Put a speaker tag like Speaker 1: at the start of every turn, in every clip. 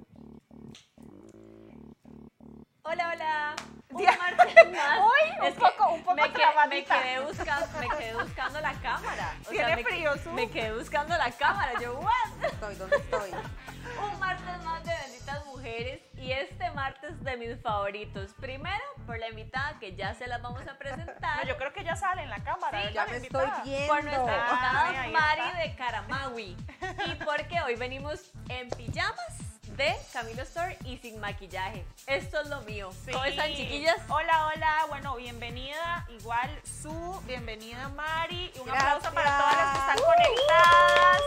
Speaker 1: me
Speaker 2: cuenta.
Speaker 1: quedé, buscando, me quedé buscando la cámara. O
Speaker 2: Tiene
Speaker 1: sea, me,
Speaker 2: frío, Su.
Speaker 1: me quedé buscando la cámara. Yo, ¿what?
Speaker 3: Estoy donde estoy.
Speaker 1: Un martes más de Benditas Mujeres y este martes de mis favoritos. Primero, por la invitada que ya se las vamos a presentar.
Speaker 2: No, yo creo que ya sale en la cámara.
Speaker 3: Ya
Speaker 2: ¿verdad, la
Speaker 3: me estoy
Speaker 2: invitada?
Speaker 3: viendo.
Speaker 1: por nuestra
Speaker 2: Ah,
Speaker 1: invitada
Speaker 2: ahí está.
Speaker 1: Mari de Caramawi. Y porque hoy venimos en pijamas de Camilo Store y sin maquillaje. Esto es lo mío.
Speaker 2: Sí.
Speaker 1: ¿Cómo están, chiquillas?
Speaker 2: Hola, hola. Bueno, bienvenida. Igual su, bienvenida Mari. Y un aplauso
Speaker 3: Gracias.
Speaker 2: para todas las que están conectadas.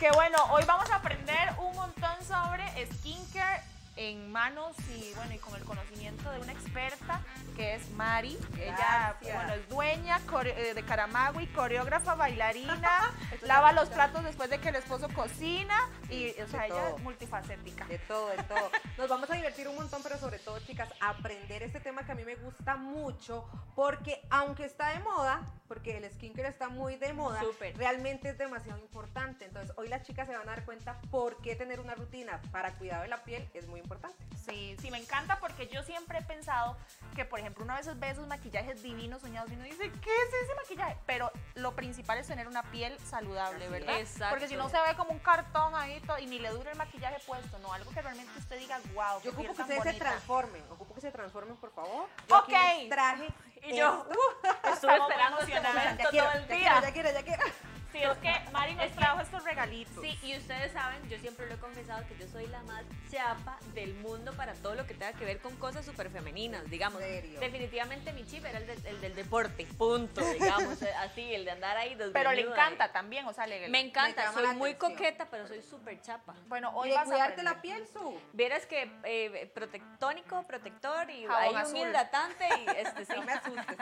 Speaker 2: Que bueno, hoy vamos a aprender un montón sobre skincare en manos y bueno, y con el conocimiento de una experta que es Mari. Ella
Speaker 3: Gracias.
Speaker 2: bueno, es dueña core- eh, de Caramagui, coreógrafa, bailarina, lava los platos después de que el esposo cocina y o sea,
Speaker 3: de
Speaker 2: ella
Speaker 3: todo.
Speaker 2: es multifacética.
Speaker 3: De todo, de todo. Nos vamos a divertir un montón, pero sobre todo, chicas, aprender este tema que a mí me gusta mucho, porque aunque está de moda, porque el skincare está muy de moda,
Speaker 1: Súper.
Speaker 3: realmente es demasiado importante. Entonces, hoy las chicas se van a dar cuenta por qué tener una rutina para cuidado de la piel es muy importante.
Speaker 2: Sí, sí, me encanta porque yo siempre he pensado que, por ejemplo, una vez ve esos maquillajes divinos, soñados, y uno dice, ¿qué es ese maquillaje? Pero lo principal es tener una piel saludable,
Speaker 3: Así
Speaker 2: ¿verdad?
Speaker 1: es. Exacto.
Speaker 2: Porque si no se ve como un cartón ahí todo, y ni le dura el maquillaje puesto, no, algo que realmente usted diga, wow, qué
Speaker 3: Yo
Speaker 2: piel
Speaker 3: ocupo que
Speaker 2: tan
Speaker 3: ustedes se
Speaker 2: bonita.
Speaker 3: transformen, ocupo que se transformen, por favor. Yo aquí
Speaker 2: Ok.
Speaker 3: les traje
Speaker 1: Y yo
Speaker 3: esto.
Speaker 1: uh, estuve
Speaker 2: Estamos
Speaker 1: esperando
Speaker 2: muy
Speaker 1: este
Speaker 2: emocionadas.
Speaker 1: momento
Speaker 3: ya quiero,
Speaker 1: todo el
Speaker 3: ya
Speaker 1: día.
Speaker 3: quiero, ya quiero, ya quiero.
Speaker 2: Sí, es que Mari nos trajo estos regalitos.
Speaker 1: Sí, y ustedes saben, yo siempre lo he confesado que yo soy la más chapa del mundo para todo lo que tenga que ver con cosas súper femeninas, digamos.
Speaker 3: serio?
Speaker 1: Definitivamente mi chip era el, del- el del deporte, punto, digamos, eh, así, el de andar ahí desde
Speaker 2: Pero le encanta también, o sea, le...
Speaker 1: Me
Speaker 3: Me
Speaker 1: encanta,
Speaker 3: llama
Speaker 1: soy
Speaker 3: la
Speaker 1: muy
Speaker 3: atención.
Speaker 1: coqueta, pero soy súper chapa.
Speaker 2: Bueno,
Speaker 3: Y
Speaker 2: hoy
Speaker 3: de
Speaker 2: vas a
Speaker 3: cuidarte la
Speaker 2: aprender.
Speaker 3: piel, Su.
Speaker 1: Vieras que eh, protectónico, protector y
Speaker 2: Jabón
Speaker 1: hay
Speaker 2: azul.
Speaker 1: un hidratante y este sí.
Speaker 3: No me asustes.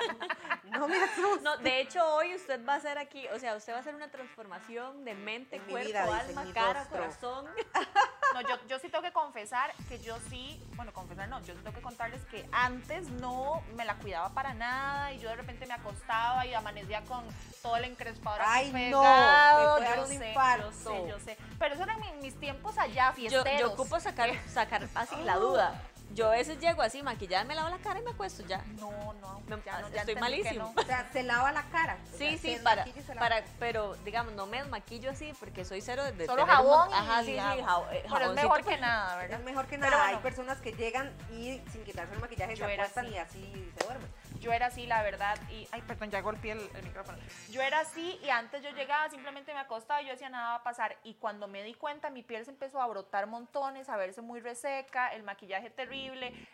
Speaker 3: No me asustes.
Speaker 1: No, de hecho hoy usted va a hacer aquí, o sea, usted va a hacer una transformación de mente,
Speaker 3: En mi
Speaker 1: cuerpo,
Speaker 3: vida, dice, en
Speaker 1: alma,
Speaker 3: mi
Speaker 1: cara,
Speaker 3: rostro.
Speaker 1: corazón.
Speaker 2: No, yo, yo sí tengo que confesar que yo sí, bueno, confesar no, yo sí tengo que contarles que antes no me la cuidaba para nada y yo de repente me acostaba y amanecía con todo el encrespador
Speaker 3: Ay,
Speaker 2: así
Speaker 3: no,
Speaker 2: pegado,
Speaker 3: me puede
Speaker 2: yo
Speaker 3: dar un
Speaker 2: sé,
Speaker 3: infarto.
Speaker 2: Yo sé, yo sé. Pero eso eran mi- mis, tiempos allá,
Speaker 1: Yo,
Speaker 2: fiesteros.
Speaker 1: yo ocupo sacar, sacar así la duda. Yo a veces llego así, maquillada, me lavo la cara y me acuesto ya.
Speaker 2: No, no,
Speaker 1: Me-
Speaker 2: ya no, ya
Speaker 1: ah, estoy
Speaker 2: entendí que
Speaker 1: malísimo.
Speaker 3: O sea, se lava la cara. O sea,
Speaker 1: Sí, sí,
Speaker 3: se
Speaker 1: para,
Speaker 3: maquilla y se lava
Speaker 1: para,
Speaker 3: la cara.
Speaker 1: pero digamos, no me desmaquillo así porque soy cero de
Speaker 2: no.
Speaker 1: de
Speaker 2: Solo
Speaker 1: tener un mon-
Speaker 2: jabón y
Speaker 1: Ajá, sí, eh, sí,
Speaker 2: agua.
Speaker 1: jabón.
Speaker 2: Pero es mejor que nada,
Speaker 3: Es
Speaker 2: ¿verdad?
Speaker 3: mejor que
Speaker 2: Pero
Speaker 3: nada.
Speaker 2: bueno.
Speaker 3: Hay personas que llegan y sin quitarse el maquillaje
Speaker 2: Yo
Speaker 3: se
Speaker 2: era
Speaker 3: acuestan
Speaker 2: así.
Speaker 3: y así se duermen.
Speaker 2: Yo era así, la verdad, y... Ay, perdón, ya golpeé el, el micrófono. Yo era así y antes yo llegaba, simplemente me acostaba y yo decía nada va a pasar. Y cuando me di cuenta, mi piel se empezó a brotar montones, a verse muy reseca, el maquillaje terrible.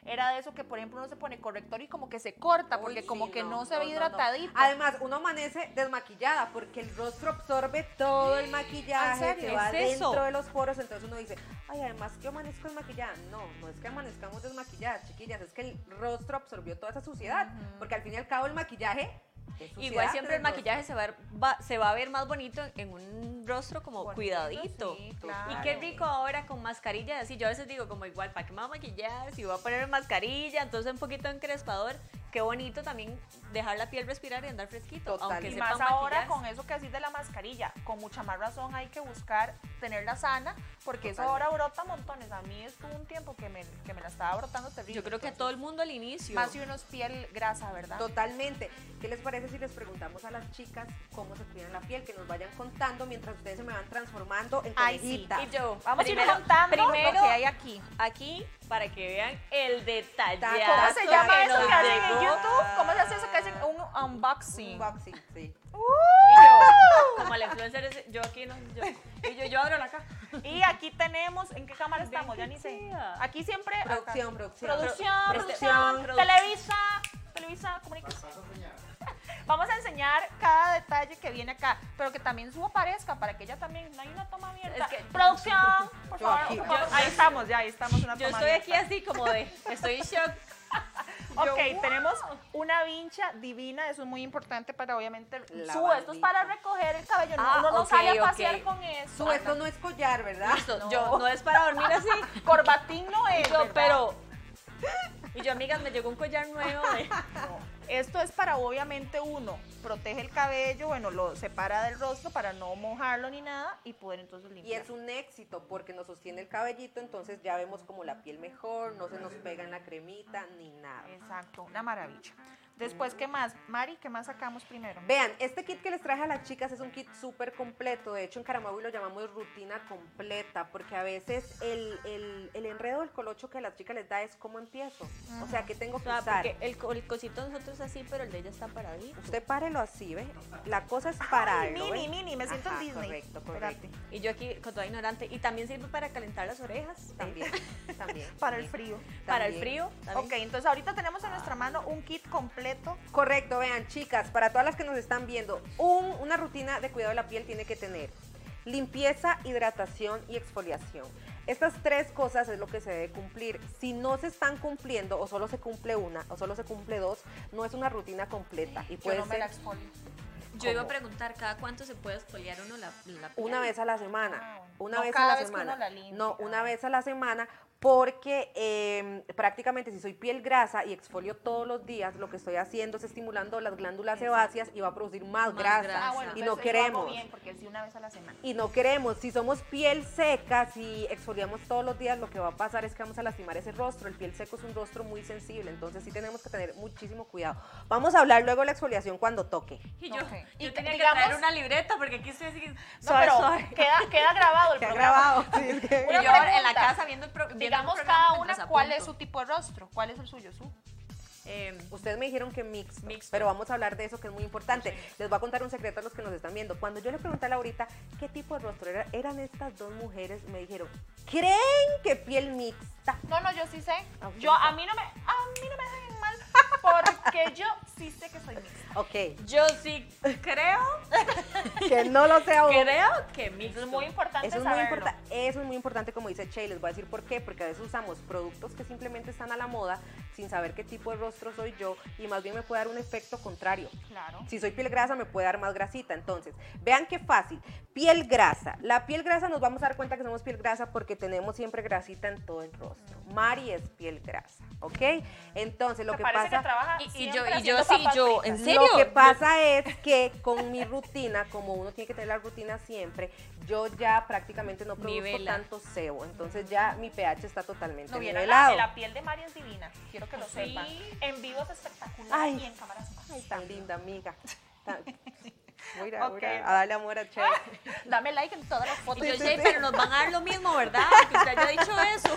Speaker 2: Era de eso que, por ejemplo, uno se pone corrector y como que se corta, porque
Speaker 3: Uy,
Speaker 2: como
Speaker 3: sí,
Speaker 2: que no, se ve
Speaker 3: no.
Speaker 2: hidratadito.
Speaker 3: Además, uno amanece desmaquillada porque el rostro absorbe todo el maquillaje
Speaker 2: Ah, serio?
Speaker 3: que va
Speaker 1: ¿Es eso?
Speaker 3: dentro de los poros. Entonces uno dice, ay, además que amanezco desmaquillada. No, no es que amanezcamos desmaquilladas, chiquillas. Es que el rostro absorbió toda esa suciedad. Porque al fin y al cabo el maquillaje es suciedad
Speaker 1: Igual siempre el
Speaker 3: del rostro.
Speaker 1: maquillaje se va, a ver, va- se va a ver más bonito en un rostro como
Speaker 2: Bonito,
Speaker 1: cuidadito.
Speaker 2: sí,
Speaker 1: Y
Speaker 2: claro.
Speaker 1: qué rico ahora con mascarilla, así yo a veces digo como igual, ¿para qué me voy a maquillar? Si voy a poner mascarilla, entonces un poquito de encrespador, qué bonito también dejar la piel respirar y andar fresquito,
Speaker 3: Total.
Speaker 1: aunque
Speaker 2: y
Speaker 1: sepa
Speaker 2: más ahora
Speaker 1: maquillarse.
Speaker 2: con eso que decís de la mascarilla, con mucha más razón hay que buscar tenerla sana, porque eso
Speaker 3: Totalmente.
Speaker 2: ahora brota montones. A mí estuvo un tiempo que me, que me la estaba brotando terrible.
Speaker 1: Yo creo que a todo el mundo al inicio.
Speaker 2: Más si uno es piel grasa, ¿verdad?
Speaker 3: Totalmente. ¿Qué les parece si les preguntamos a las chicas cómo se cuidan la piel? Que nos vayan contando mientras ustedes se me van transformando en
Speaker 2: Ay, sí.
Speaker 3: conejitas.
Speaker 1: Y yo,
Speaker 2: Vamos a
Speaker 1: primero-
Speaker 2: ir contando
Speaker 1: primero,
Speaker 2: lo que hay aquí.
Speaker 1: aquí para que vean el detalle.
Speaker 3: ¿Cómo se llama
Speaker 2: que
Speaker 3: eso
Speaker 2: nos
Speaker 3: que hacen en
Speaker 1: llegó.
Speaker 3: YouTube?
Speaker 2: ¿Cómo se hace eso que hacen un unboxing?
Speaker 3: Un boxing, sí.
Speaker 1: Y yo, como la influencer, ese- yo aquí no, yo, y yo, yo abro la caja.
Speaker 2: Y aquí tenemos, ¿en qué cámara
Speaker 1: Ven
Speaker 2: estamos?
Speaker 1: qué
Speaker 2: Ya ni sé.
Speaker 1: chida.
Speaker 2: Aquí siempre. acá.
Speaker 3: Producción, producción.
Speaker 2: Producción,
Speaker 1: Pro-
Speaker 2: producción.
Speaker 1: este-
Speaker 2: Televisa, Televisa, comunicación. Vamos a enseñar cada detalle que viene acá, pero que también su aparezca para que ella también no hay una toma abierta.
Speaker 1: Es que-
Speaker 2: producción, por
Speaker 3: Yo
Speaker 2: favor.
Speaker 3: aquí.
Speaker 2: ocupamos- ahí estamos, ya ahí estamos una
Speaker 1: Yo
Speaker 2: toma
Speaker 1: estoy aquí
Speaker 2: abierta.
Speaker 1: así como de, estoy en shock.
Speaker 2: Ok,
Speaker 1: Yo, wow.
Speaker 2: tenemos una vincha divina, eso es muy importante para obviamente
Speaker 3: La
Speaker 2: su, esto es
Speaker 3: bandita.
Speaker 2: para recoger el cabello, no,
Speaker 1: Ah,
Speaker 2: uno no
Speaker 1: ok,
Speaker 2: sale a
Speaker 1: ok.
Speaker 2: pasear con eso. Ah,
Speaker 3: Tú, esto no es collar, ¿verdad?
Speaker 1: Listo, Yo, no es para dormir así.
Speaker 2: Corbatín no es,
Speaker 1: Yo,
Speaker 2: ¿verdad?
Speaker 1: pero. Y yo, amigas, me llegó un collar nuevo. de-
Speaker 2: esto es para obviamente uno, protege el cabello, bueno, lo separa del rostro para no mojarlo ni nada y poder entonces
Speaker 3: Y
Speaker 2: limpiar.
Speaker 3: es un éxito porque nos sostiene el cabellito, entonces ya vemos como la piel mejor, no se nos pega en la cremita ni nada.
Speaker 2: Exacto, una maravilla. Después, ¿qué más? Mari, ¿qué más sacamos primero?
Speaker 3: Vean, este kit que les traje a las chicas es un kit súper completo. De hecho, en Caramoy lo llamamos rutina completa, porque a veces el, el- el enredo del colocho que a las chicas les da es cómo empiezo. O sea, ¿qué tengo
Speaker 1: O
Speaker 3: que
Speaker 2: Ah,
Speaker 1: sea,
Speaker 3: usar?
Speaker 1: porque el, co- el cosito de nosotros es así, pero el de ella está paradito.
Speaker 3: Usted párelo así, ¿ve? La cosa es pararlo.
Speaker 2: Mini,
Speaker 3: ¿ve?
Speaker 2: mini, me siento
Speaker 3: Ajá,
Speaker 2: en Disney.
Speaker 3: Correcto, correcto.
Speaker 2: Espérate.
Speaker 1: Y yo aquí con toda ignorante. Y también sirve para calentar las orejas.
Speaker 3: También, también.
Speaker 2: Para el
Speaker 3: también.
Speaker 2: frío.
Speaker 1: Para el
Speaker 3: También.
Speaker 1: frío. también.
Speaker 2: Ok, entonces ahorita tenemos en nuestra mano un kit completo.
Speaker 3: Correcto, vean, chicas, para todas las que nos están viendo, un- una rutina de cuidado de la piel tiene que tener limpieza, hidratación y exfoliación. Estas tres cosas es lo que se debe cumplir. Si no se están cumpliendo, o solo se cumple una, o solo se cumple dos, no es una rutina completa. Y puede
Speaker 2: Yo no me
Speaker 3: ser
Speaker 2: la exfolio.
Speaker 1: Yo iba a
Speaker 3: ¿Cómo?
Speaker 1: preguntar, ¿cada cuánto se puede esfoliar uno la, la piel?
Speaker 3: una vez a la semana.
Speaker 2: Ah, bueno.
Speaker 3: Una
Speaker 2: No
Speaker 3: vez
Speaker 2: cada
Speaker 3: a la
Speaker 2: vez que
Speaker 3: semana.
Speaker 2: uno la limpia.
Speaker 3: no, una vez a la semana. Porque eh, prácticamente si soy piel grasa y exfolio todos los días, lo que estoy haciendo es estimulando las glándulas sebáceas y va a producir
Speaker 1: Más
Speaker 3: más, grasa.
Speaker 1: grasa. Ah, bueno,
Speaker 3: y
Speaker 2: entonces
Speaker 3: no
Speaker 2: lo hago
Speaker 3: queremos.
Speaker 2: bien, porque es de una vez a la semana.
Speaker 3: Y no queremos. Si somos piel seca, si exfoliamos todos los días, lo que va a pasar es que vamos a lastimar ese rostro. El piel seco es un rostro muy sensible, entonces sí tenemos que tener muchísimo cuidado. Vamos a hablar luego de la exfoliación cuando toque.
Speaker 1: Y yo,
Speaker 2: Ok.
Speaker 1: yo
Speaker 2: Y
Speaker 1: tenía
Speaker 2: digamos-
Speaker 1: que traer una libreta porque aquí estoy así. No,
Speaker 2: No, pero Queda, queda grabado el
Speaker 3: Se ha
Speaker 2: programa.
Speaker 3: grabado. Sí, es que-
Speaker 1: Y
Speaker 2: Una
Speaker 1: yo ahora en la
Speaker 2: pregunta.
Speaker 1: casa viendo el pro, viendo el
Speaker 2: Digamos
Speaker 1: programa
Speaker 2: cada
Speaker 1: mientras
Speaker 2: una cuál es
Speaker 1: apunto.
Speaker 2: su tipo de rostro, cuál es el suyo, su.
Speaker 1: Eh,
Speaker 3: Ustedes me dijeron que mix,
Speaker 1: Mixto.
Speaker 3: pero vamos a hablar de eso que es muy importante. Les voy a contar un secreto a los que nos están viendo. Cuando yo le pregunté a Laurita qué tipo de rostro era- eran estas dos mujeres, me dijeron, ¿creen que piel mixta?
Speaker 2: No, no, yo sí sé.
Speaker 3: Ah,
Speaker 2: Yo a mí no me, a mí no me dejen mal porque yo sí sé que soy mixta.
Speaker 3: Ok,
Speaker 1: yo sí creo,
Speaker 3: que no lo sea uno.
Speaker 1: creo que mixto.
Speaker 2: Eso es muy importante
Speaker 3: Eso es, muy
Speaker 2: saberlo.
Speaker 3: importa- eso es muy importante, como dice Che, y les voy a decir por qué, porque a veces usamos productos que simplemente están a la moda sin saber qué tipo de rostro soy yo y más bien me puede dar un efecto contrario.
Speaker 2: Claro.
Speaker 3: Si soy piel grasa, me puede dar más grasita. Entonces, vean qué fácil. Piel grasa. La piel grasa nos vamos a dar cuenta que somos piel grasa porque tenemos siempre grasita en todo el rostro. Mari es piel grasa, ¿ok? Entonces, lo
Speaker 2: Me
Speaker 3: que
Speaker 2: parece
Speaker 3: pasa...
Speaker 2: que trabaja
Speaker 1: Y- y
Speaker 2: siempre
Speaker 1: yo- y yo
Speaker 2: haciendo
Speaker 1: sí,
Speaker 2: papas
Speaker 1: yo,
Speaker 2: fritas.
Speaker 1: ¿en serio?
Speaker 3: Lo que pasa es que con mi rutina, como uno tiene que tener la rutina siempre, yo ya prácticamente no produzco
Speaker 1: Nivela.
Speaker 3: tanto sebo. Entonces ya mi pH está totalmente
Speaker 2: No vieron la,
Speaker 3: nivelado.
Speaker 2: la piel de María es divina, quiero que lo
Speaker 1: Sí.
Speaker 2: sepan. En vivo es espectacular
Speaker 3: Ay.
Speaker 2: y en cámaras más.
Speaker 3: Ay, tan linda amiga. Tan- Voy a ir a- voy a ir
Speaker 2: Ok.
Speaker 3: a darle amor a Che.
Speaker 2: Dame like en todas las
Speaker 1: Y
Speaker 2: fotos.
Speaker 1: yo, "Jay, pero nos van a dar lo mismo, ¿verdad? Que usted haya dicho eso.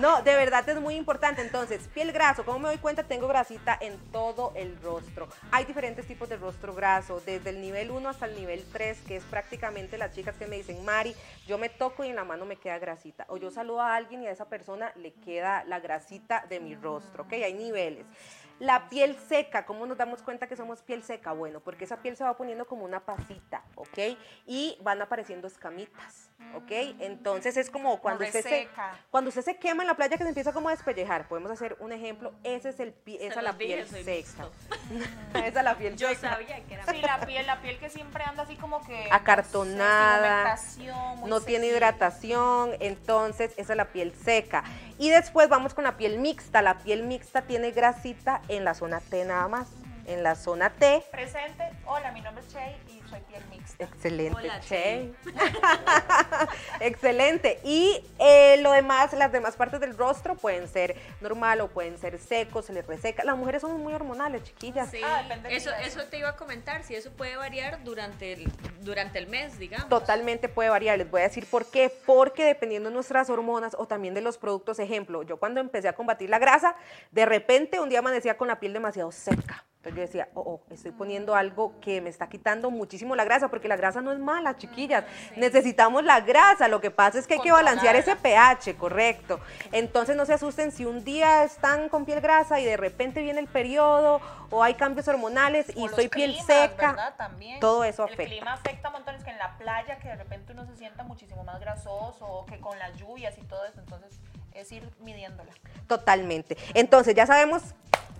Speaker 3: No, de verdad es muy importante. Entonces, piel graso, ¿cómo me doy cuenta? Tengo grasita en todo el rostro. Hay diferentes tipos de rostro graso, desde el nivel 1 hasta el nivel 3, que es prácticamente las chicas que me dicen, Mari, yo me toco y en la mano me queda grasita. O yo saludo a alguien y a esa persona le queda la grasita de mi rostro, ¿ok? Hay niveles. La piel seca, ¿cómo nos damos cuenta que somos piel seca? Bueno, porque esa piel se va poniendo como una pasita, ¿ok? Y van apareciendo escamitas, ¿ok? Entonces es como cuando usted se,
Speaker 2: reseca.
Speaker 3: cuando usted se quema en la playa que se empieza como a despellejar, podemos hacer un ejemplo, ese es el pie, esa es la
Speaker 1: los dije,
Speaker 3: piel
Speaker 1: soy
Speaker 3: seca. esa es la piel
Speaker 1: Yo
Speaker 3: seca.
Speaker 1: sabía que era
Speaker 2: Sí, la piel, la piel que siempre anda así como que...
Speaker 3: Acartonada,
Speaker 2: no sé, sin humectación, muy
Speaker 3: No tiene
Speaker 2: sensible.
Speaker 3: hidratación, entonces esa es la piel seca. Y después vamos con la piel mixta. La piel mixta tiene grasita en la zona T nada más. En la zona T.
Speaker 2: Presente, hola, mi nombre es Che y soy piel mixta.
Speaker 3: Excelente,
Speaker 1: Hola,
Speaker 3: Che. Excelente. Y eh, lo demás, las demás partes del rostro pueden ser normal o pueden ser secos, se les reseca. Las mujeres somos muy hormonales, chiquillas.
Speaker 1: Sí,
Speaker 2: Ah, depende de
Speaker 1: eso,
Speaker 2: la-
Speaker 1: eso te iba a comentar, si eso puede variar durante el, durante el mes, digamos.
Speaker 3: Totalmente puede variar, les voy a decir por qué, porque dependiendo de nuestras hormonas o también de los productos, ejemplo, yo cuando empecé a combatir la grasa, de repente un día amanecía con la piel demasiado seca. Entonces yo decía, oh, oh, estoy poniendo algo que me está quitando muchísimo la grasa, porque la grasa no es mala, chiquillas. Necesitamos la grasa, lo que pasa es que hay que balancear ese pH, correcto. Entonces no se asusten si un día están con piel grasa y de repente viene el periodo o hay cambios hormonales y
Speaker 2: O los
Speaker 3: estoy piel
Speaker 2: climas,
Speaker 3: seca.
Speaker 2: ¿verdad? También.
Speaker 3: todo eso afecta.
Speaker 2: El clima afecta montones que en la playa que de repente uno se sienta muchísimo más grasoso o que con las lluvias y todo eso, entonces es ir midiéndola.
Speaker 3: Totalmente. Entonces, ya sabemos,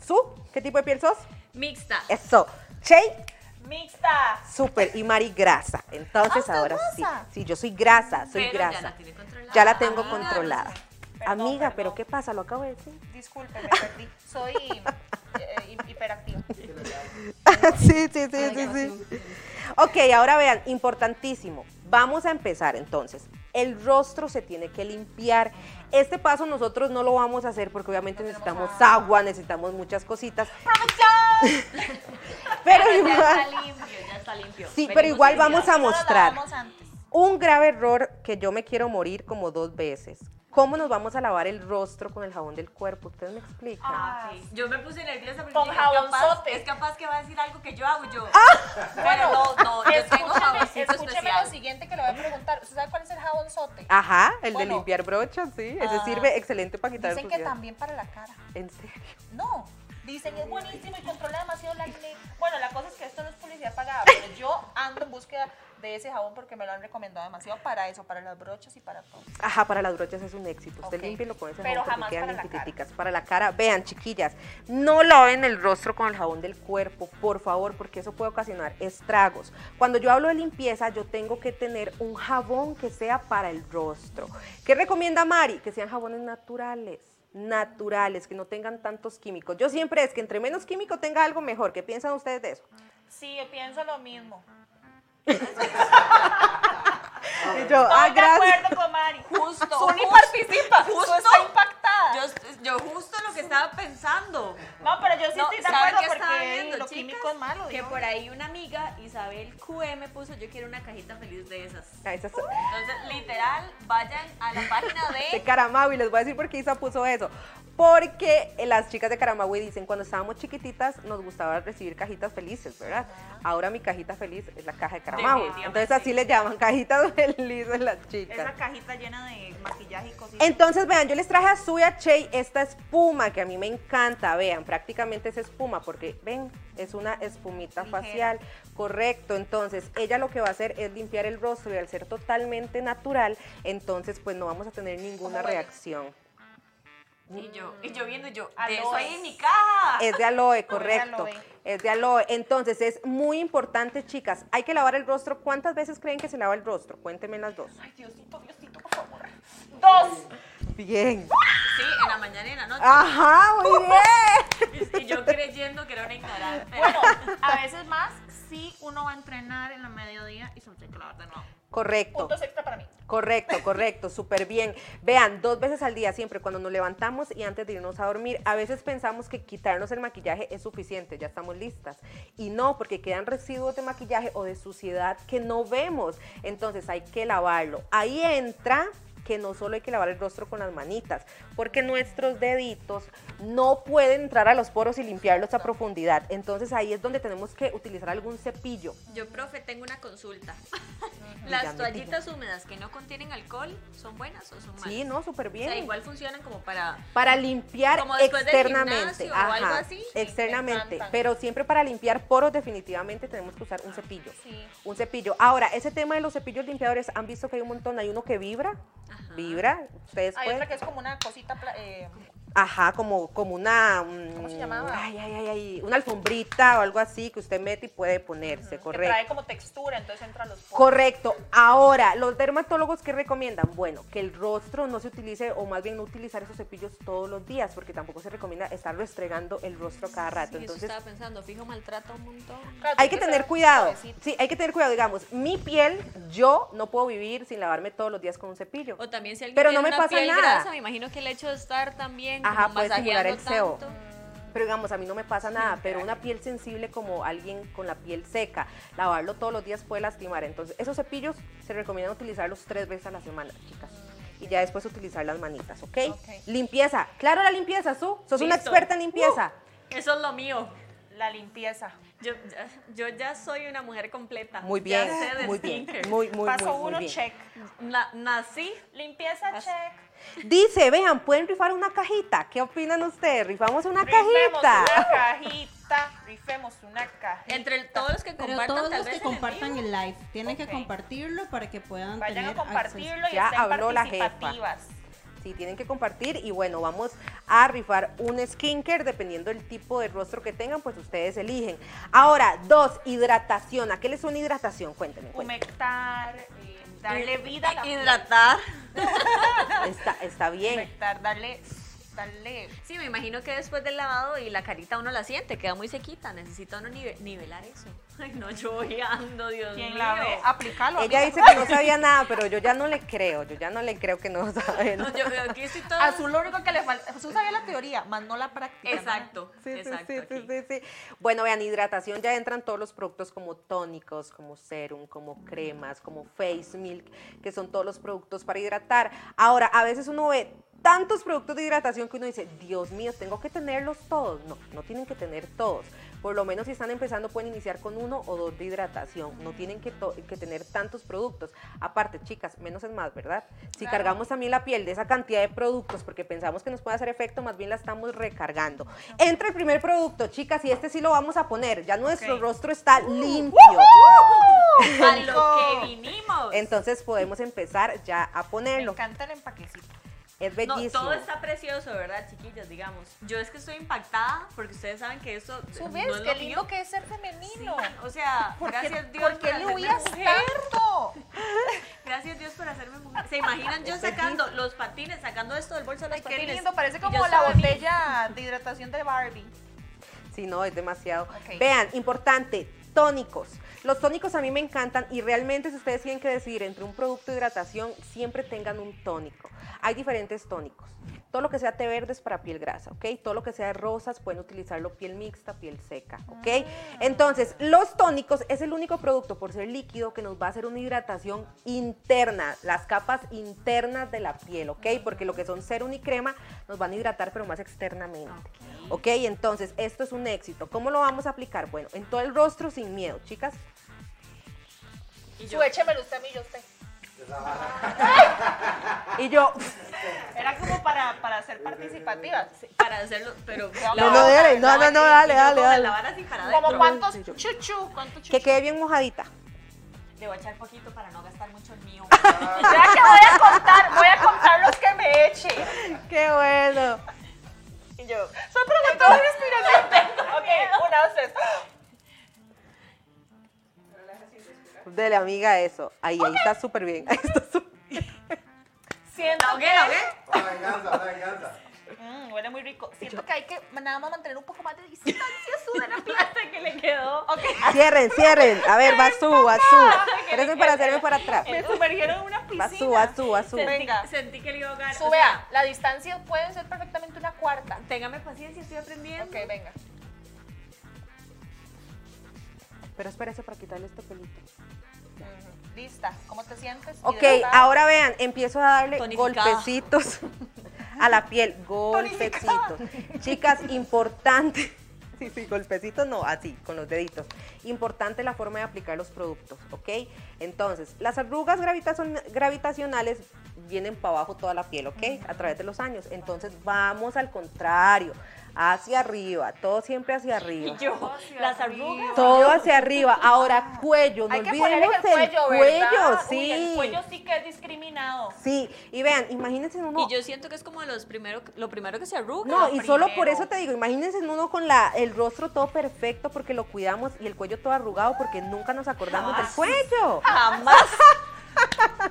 Speaker 3: Su, ¿qué tipo de piel sos?
Speaker 1: Mixta.
Speaker 3: Eso. Che,
Speaker 2: Mixta.
Speaker 3: súper. Y Mari, grasa. Entonces,
Speaker 2: Ah, ¿sos
Speaker 3: ahora sí.
Speaker 2: grasa?
Speaker 3: Sí, yo soy grasa, soy
Speaker 1: Pero
Speaker 3: grasa.
Speaker 1: Ya la, tiene controlada.
Speaker 3: Ya la tengo
Speaker 1: Ah,
Speaker 3: controlada.
Speaker 2: Perdón,
Speaker 3: Amiga, pero
Speaker 2: perdón.
Speaker 3: ¿qué pasa? Lo acabo de decir.
Speaker 2: Disculpe, me perdí. Soy eh, hi- hiperactiva.
Speaker 3: sí, sí, sí, sí, sí. Ok, ahora vean, importantísimo. Vamos a empezar entonces. el rostro se tiene que limpiar. Este paso nosotros no lo vamos a hacer porque obviamente necesitamos agua, necesitamos muchas cositas. Pero
Speaker 1: ya
Speaker 3: igual,
Speaker 1: está limpio, ya está limpio.
Speaker 3: sí, pero
Speaker 1: Venimos
Speaker 3: igual
Speaker 1: limpiados.
Speaker 3: vamos a mostrar
Speaker 2: No lo antes.
Speaker 3: un grave error que yo me quiero morir como dos veces. ¿Cómo nos vamos a lavar el rostro con el jabón del cuerpo? Ustedes me explican.
Speaker 1: Ah, sí. Yo me puse nerviosa porque
Speaker 2: Con
Speaker 1: dije, capaz-
Speaker 2: jabonzote.
Speaker 1: es capaz que va a decir algo que yo hago yo.
Speaker 3: Ah.
Speaker 2: Bueno,
Speaker 1: Pero no, no, yo tengo
Speaker 2: escúcheme,
Speaker 1: jaboncito
Speaker 2: escúcheme
Speaker 1: especial. Ah,
Speaker 2: lo siguiente que le voy a preguntar. ¿Usted sabe cuál es el jabonzote?
Speaker 3: Ajá, el
Speaker 2: Bueno.
Speaker 3: de limpiar brochas, sí. Ese
Speaker 2: Ah.
Speaker 3: sirve excelente para quitar
Speaker 2: Dicen que
Speaker 3: suciedad.
Speaker 2: también para la cara.
Speaker 3: En serio.
Speaker 2: No. Dicen es buenísimo y controla demasiado la acné. Bueno, la cosa es que esto no es publicidad pagada, pero yo ando en búsqueda de ese jabón porque me lo han recomendado demasiado para eso, para las brochas y para todo.
Speaker 3: Ajá, para las brochas es un éxito. Usted
Speaker 2: Ok.
Speaker 3: límpielo con ese
Speaker 2: Pero
Speaker 3: jabón
Speaker 2: jamás
Speaker 3: porque quedan
Speaker 2: para la cara.
Speaker 3: limpititicas. Para la cara, vean, chiquillas, no laven el rostro con el jabón del cuerpo, por favor, porque eso puede ocasionar estragos. Cuando yo hablo de limpieza, yo tengo que tener un jabón que sea para el rostro. ¿Qué recomienda Mari? Que sean jabones naturales naturales, que no tengan tantos químicos. Yo siempre es que entre menos químico tenga algo mejor. ¿Qué piensan ustedes de eso?
Speaker 2: Sí, yo pienso lo mismo.
Speaker 3: Y yo, ah,
Speaker 2: Estoy de
Speaker 3: gracias.
Speaker 2: acuerdo con Mari.
Speaker 1: Justo,
Speaker 2: Suni
Speaker 1: justo,
Speaker 2: participa. Justo.
Speaker 1: justo.
Speaker 2: está impactada.
Speaker 1: Yo, yo justo lo que estaba pensando.
Speaker 2: no, pero yo sí
Speaker 1: No,
Speaker 2: estoy de
Speaker 1: ¿saben
Speaker 2: acuerdo
Speaker 1: qué estaba
Speaker 2: porque
Speaker 1: viendo,
Speaker 2: lo
Speaker 1: chicas?
Speaker 2: químico es malo.
Speaker 1: Que
Speaker 2: ¿no?
Speaker 1: por ahí una amiga, Isabel QM, puso, yo quiero una cajita feliz de esas.
Speaker 3: Ah, esa es-
Speaker 1: Entonces, literal, vayan a la página
Speaker 3: de
Speaker 1: de...
Speaker 3: Caramau y les voy a decir por qué Isa puso eso. Porque eh, las chicas de Caramagüey dicen, cuando estábamos chiquititas nos gustaba recibir cajitas felices, ¿verdad? Ahora mi cajita feliz es la caja de Caramagüey.
Speaker 1: Definitivamente.
Speaker 3: Entonces así le llaman cajitas felices las chicas.
Speaker 2: Esa cajita llena de maquillaje y cositas.
Speaker 3: Entonces, vean, yo les traje a Suya Chey esta espuma que a mí me encanta. Vean, prácticamente es espuma porque, ven, es una espumita
Speaker 2: Ligera.
Speaker 3: facial. Correcto. Entonces, ella lo que va a hacer es limpiar el rostro y al ser totalmente natural, entonces, pues no vamos a tener ninguna
Speaker 2: ¿Cómo huele?
Speaker 3: reacción.
Speaker 1: Y yo, y yo viendo yo,
Speaker 2: Aloe.
Speaker 1: de eso ahí en mi caja.
Speaker 3: Es de aloe, correcto.
Speaker 2: aloe.
Speaker 3: Es de aloe. Entonces, es muy importante, chicas. Hay que lavar el rostro. ¿Cuántas veces creen que se lava el rostro? Cuéntenme las dos.
Speaker 2: Ay, Diosito, Diosito, por favor. Dos.
Speaker 3: Bien.
Speaker 1: Sí, en la mañana y en la
Speaker 3: Ah.
Speaker 1: noche.
Speaker 3: Ajá, muy bien.
Speaker 1: Y yo creyendo que era una ignorante.
Speaker 2: Bueno, a veces más si uno va a entrenar en la mediodía y se lo tiene que lavar de nuevo.
Speaker 3: Correcto.
Speaker 2: Puntos extra para mí.
Speaker 3: Correcto, correcto, súper bien. Vean, dos veces al día, siempre cuando nos levantamos y antes de irnos a dormir, a veces pensamos que quitarnos el maquillaje es suficiente, ya estamos listas. Y no, porque quedan residuos de maquillaje o de suciedad que no vemos. Entonces hay que lavarlo. Ahí entra que no solo hay que lavar el rostro con las manitas, porque nuestros deditos no pueden entrar a los poros y limpiarlos a profundidad. Entonces ahí es donde tenemos que utilizar algún cepillo.
Speaker 1: Yo, profe, tengo una consulta.
Speaker 3: Ya
Speaker 1: ¿Las
Speaker 3: me
Speaker 1: toallitas húmedas que no contienen alcohol son buenas o son malas?
Speaker 3: Sí, ¿no? Súper
Speaker 1: O
Speaker 3: bien.
Speaker 1: sea, igual funcionan como para...
Speaker 3: Para limpiar
Speaker 1: Como después del
Speaker 3: externamente.
Speaker 1: gimnasio o algo así.
Speaker 2: Me
Speaker 3: Externamente.
Speaker 2: encantan.
Speaker 3: Pero siempre para limpiar poros, definitivamente tenemos que usar un cepillo.
Speaker 2: Sí.
Speaker 3: Un cepillo. Ahora, ese tema de los cepillos limpiadores, han visto que hay un montón. Hay uno que vibra. Vibra. Ustedes
Speaker 2: Hay
Speaker 3: pueden.
Speaker 2: otra que es como una cosita. pla- eh,
Speaker 3: Ajá, como, como una. mm,
Speaker 2: ¿Cómo se llamaba?
Speaker 3: Ay, ay, ay, ay, Una alfombrita o algo así que usted mete y puede ponerse,
Speaker 2: Que
Speaker 3: correcto.
Speaker 2: trae como textura, entonces entra a los poros.
Speaker 3: Correcto. Ahora, los dermatólogos que recomiendan, bueno, que el rostro no se utilice o más bien no utilizar esos cepillos todos los días, porque tampoco se recomienda estar restregando el rostro cada rato.
Speaker 1: Sí, eso
Speaker 3: Entonces,
Speaker 1: estaba pensando, fijo, maltrata un montón.
Speaker 2: Claro, tiene
Speaker 3: hay que
Speaker 2: ser
Speaker 3: tener cuidado.
Speaker 2: suavecito.
Speaker 3: Sí, hay que tener cuidado, digamos, mi piel yo no puedo vivir sin lavarme todos los días con un cepillo.
Speaker 1: O también si alguien
Speaker 3: Pero
Speaker 1: tiene
Speaker 3: no me
Speaker 1: una
Speaker 3: pasa
Speaker 1: piel
Speaker 3: nada.
Speaker 1: grasa, me imagino que el hecho de estar también como
Speaker 3: Ajá, puede estimular el
Speaker 1: masajeando
Speaker 3: sebo.
Speaker 1: tanto.
Speaker 3: Pero digamos, a mí no me pasa nada, pero una piel sensible como alguien con la piel seca, lavarlo todos los días puede lastimar. Entonces, esos cepillos se recomiendan utilizarlos tres veces a la semana, chicas. Y ya después utilizar las manitas, ¿ok?
Speaker 2: Ok.
Speaker 3: Limpieza. Claro, la limpieza, Su. Sos una
Speaker 1: Listo.
Speaker 3: experta en limpieza.
Speaker 1: Eso es lo mío.
Speaker 2: La limpieza.
Speaker 1: Yo, ya- yo ya soy una mujer completa.
Speaker 3: Muy
Speaker 1: Uh, Ya
Speaker 3: bien,
Speaker 1: sé de
Speaker 3: muy bien,
Speaker 1: skincare.
Speaker 3: muy, muy,
Speaker 2: Paso
Speaker 3: muy, muy
Speaker 2: uno,
Speaker 3: bien.
Speaker 2: check.
Speaker 1: Na- nací.
Speaker 2: Limpieza,
Speaker 1: Paso-
Speaker 2: check.
Speaker 3: Dice, vean, pueden rifar una cajita. ¿Qué opinan ustedes? Rifamos una
Speaker 2: Rifemos
Speaker 3: cajita.
Speaker 2: una cajita. Rifemos una cajita.
Speaker 1: Entre el- todos los que
Speaker 4: Pero
Speaker 1: compartan,
Speaker 4: todos
Speaker 1: tal
Speaker 4: los
Speaker 1: vez
Speaker 4: que
Speaker 1: en el
Speaker 4: compartan
Speaker 1: vivo.
Speaker 4: el live tienen
Speaker 2: Ok.
Speaker 4: que compartirlo para que puedan
Speaker 2: Vayan a
Speaker 4: tener acceso.
Speaker 2: compartirlo y
Speaker 3: Ya
Speaker 2: estén
Speaker 3: habló la jefa.
Speaker 2: participativas.
Speaker 3: Sí, tienen que compartir y bueno, vamos a rifar un skincare dependiendo del tipo de rostro que tengan, pues ustedes eligen. Ahora, dos, hidratación. ¿A qué les suena hidratación? Cuéntenme. cuéntenme.
Speaker 2: Humectar, eh, darle vida a la piel.
Speaker 1: Hidratar.
Speaker 3: Está, está bien.
Speaker 2: Humectar, darle Pues, Dale.
Speaker 1: Sí, me imagino que después del lavado y la carita uno la siente, queda muy sequita. Necesita uno nive- nivelar eso. Ay, no, yo ando, Dios
Speaker 2: Quien
Speaker 1: mío. Ah,
Speaker 2: la ve, aplícalo.
Speaker 3: Ella
Speaker 2: amiga. ¡Ah!
Speaker 3: dice que no sabía nada, pero yo ya no le creo, yo ya no le creo que no sabe.
Speaker 1: No,
Speaker 3: nada.
Speaker 1: yo aquí estoy todo.
Speaker 2: A Azul lo único que le falta. Azul sabía la teoría, más no la práctica.
Speaker 1: Exacto,
Speaker 3: Sí, sí,
Speaker 1: exacto.
Speaker 3: sí, sí,
Speaker 1: aquí.
Speaker 3: sí, sí. Bueno, vean, hidratación ya entran todos los productos como tónicos, como serum, como cremas, como face milk, que son todos los productos para hidratar. Ahora, a veces uno ve tantos productos de hidratación que uno dice, Dios mío, tengo que tenerlos todos. No, no tienen que tener todos. Por lo menos si están empezando pueden iniciar con uno o dos de hidratación. No tienen que, to- que tener tantos productos. Aparte, chicas, menos es más, ¿verdad?
Speaker 2: Claro.
Speaker 3: Si cargamos cargamos también la piel de esa cantidad de productos porque pensamos que nos puede hacer efecto, más bien la estamos recargando. Entra el primer producto, chicas, y este sí lo vamos a poner. Ya nuestro
Speaker 2: Ok. Uh,
Speaker 3: rostro está limpio.
Speaker 1: A lo que vinimos.
Speaker 3: Entonces podemos empezar ya a
Speaker 2: Me
Speaker 3: ponerlo.
Speaker 2: encanta el empaquecito.
Speaker 3: Es
Speaker 1: No,
Speaker 3: bellísimo.
Speaker 1: todo está precioso, ¿verdad, chiquillas? Digamos. Yo es que estoy impactada porque ustedes saben que eso
Speaker 2: ¿Tú
Speaker 1: no
Speaker 2: ves
Speaker 1: es
Speaker 2: qué
Speaker 1: lo
Speaker 2: lindo
Speaker 1: mío.
Speaker 2: que es ser
Speaker 1: Sí,
Speaker 2: femenino?
Speaker 1: o sea,
Speaker 2: ¿Por qué-
Speaker 1: gracias Dios
Speaker 2: ¿Por
Speaker 1: por
Speaker 2: qué le
Speaker 1: hacerme
Speaker 2: huías
Speaker 1: mujer.
Speaker 2: tanto?
Speaker 1: Gracias Dios por hacerme mujer. ¿Se imaginan yo sacando los patines, sacando esto del bolso de los
Speaker 2: Ay, qué
Speaker 1: patines?
Speaker 2: lindo, parece
Speaker 1: Y
Speaker 2: como
Speaker 1: yo
Speaker 2: la
Speaker 1: sola.
Speaker 2: botella de hidratación de Barbie.
Speaker 3: Sí, no, es demasiado.
Speaker 2: Ok.
Speaker 3: Vean, importante, tónicos. Los tónicos a mí me encantan y realmente si ustedes tienen que decidir entre un producto de hidratación, siempre tengan un tónico. Hay diferentes tónicos. Todo lo que sea té verdes para piel grasa, ¿ok? Todo lo que sea de rosas pueden utilizarlo piel mixta, piel seca, ¿ok? Entonces, los tónicos es el único producto por ser líquido que nos va a hacer una hidratación interna, las capas internas de la piel, ¿ok? Porque lo que son serum y crema nos van a hidratar pero más externamente. ¿Ok? Entonces, esto es un éxito. ¿Cómo lo vamos a aplicar? Bueno, en todo el rostro sin miedo, chicas.
Speaker 1: Y yo,
Speaker 2: Tú échemelo usted a mí, yo a usted.
Speaker 3: Y yo,
Speaker 2: Era como para, para ser participativas.
Speaker 1: para hacerlo, pero...
Speaker 2: No, no,
Speaker 3: dale, no, no, no, dale,
Speaker 1: y yo
Speaker 3: dale,
Speaker 1: con
Speaker 3: dale.
Speaker 1: La vara así para
Speaker 2: Como
Speaker 1: adentro.
Speaker 2: cuántos chuchu, cuántos chuchu.
Speaker 3: que quede bien mojadita.
Speaker 1: Le voy a echar poquito para no gastar mucho el mío.
Speaker 2: Ya que voy a contar, voy a contar los que me eche.
Speaker 3: ¡Qué bueno!
Speaker 2: Y yo, son preguntas de inspiración. ok, una, dos, tres.
Speaker 3: De la amiga eso. Ahí, ahí está súper bien. Ahí está súper
Speaker 2: Siento
Speaker 1: ¿La hogué,
Speaker 2: que-
Speaker 1: la hogué?
Speaker 5: La venganza, la venganza.
Speaker 2: Mm, huele muy rico. Siento que hay que nada más mantener un poco más de distancia su de la plata que le quedó. Ok.
Speaker 3: Cierren, cierren. A ver, va su, va su. Présenme para hacerme para atrás.
Speaker 2: Me sumergieron en una piscina.
Speaker 3: Va su, va su, va su.
Speaker 2: Venga.
Speaker 1: Sentí que le iba a ahogar.
Speaker 2: Sube a. La distancia puede ser perfectamente una cuarta.
Speaker 1: Téngame paciencia, estoy aprendiendo.
Speaker 2: Ok, venga.
Speaker 3: Pero espérese para quitarle este pelito.
Speaker 2: Ujú. Lista. ¿Cómo te sientes?
Speaker 3: Ok,
Speaker 2: Hidratada.
Speaker 3: ahora vean, empiezo a darle
Speaker 1: Tonificada.
Speaker 3: golpecitos a la piel. Golpecitos. Chicas, importante. Sí, sí, golpecitos no, así, con los deditos. Importante la forma de aplicar los productos, ¿ok? Entonces, las arrugas gravitacion- gravitacionales vienen para abajo toda la piel, ¿ok? A través de los años. Entonces, vamos al contrario, hacia arriba, todo siempre hacia arriba.
Speaker 1: Y yo,
Speaker 2: Hacia
Speaker 1: las
Speaker 2: arriba.
Speaker 1: arrugas.
Speaker 3: Todo hacia arriba. Ahora, cuello, no
Speaker 2: Hay que ponerle
Speaker 3: olvidemos
Speaker 2: el cuello, ¿verdad?
Speaker 3: cuello, sí.
Speaker 2: Uy, el cuello sí que es discriminado.
Speaker 3: Sí, y vean, imagínense en uno.
Speaker 1: Y yo siento que es como los primero, lo primero que se arruga.
Speaker 3: no, y solo por
Speaker 2: primero.
Speaker 3: eso te digo, imagínense en uno con la, el rostro todo perfecto porque lo cuidamos y el cuello todo arrugado porque nunca nos acordamos del cuello.
Speaker 1: Jamás.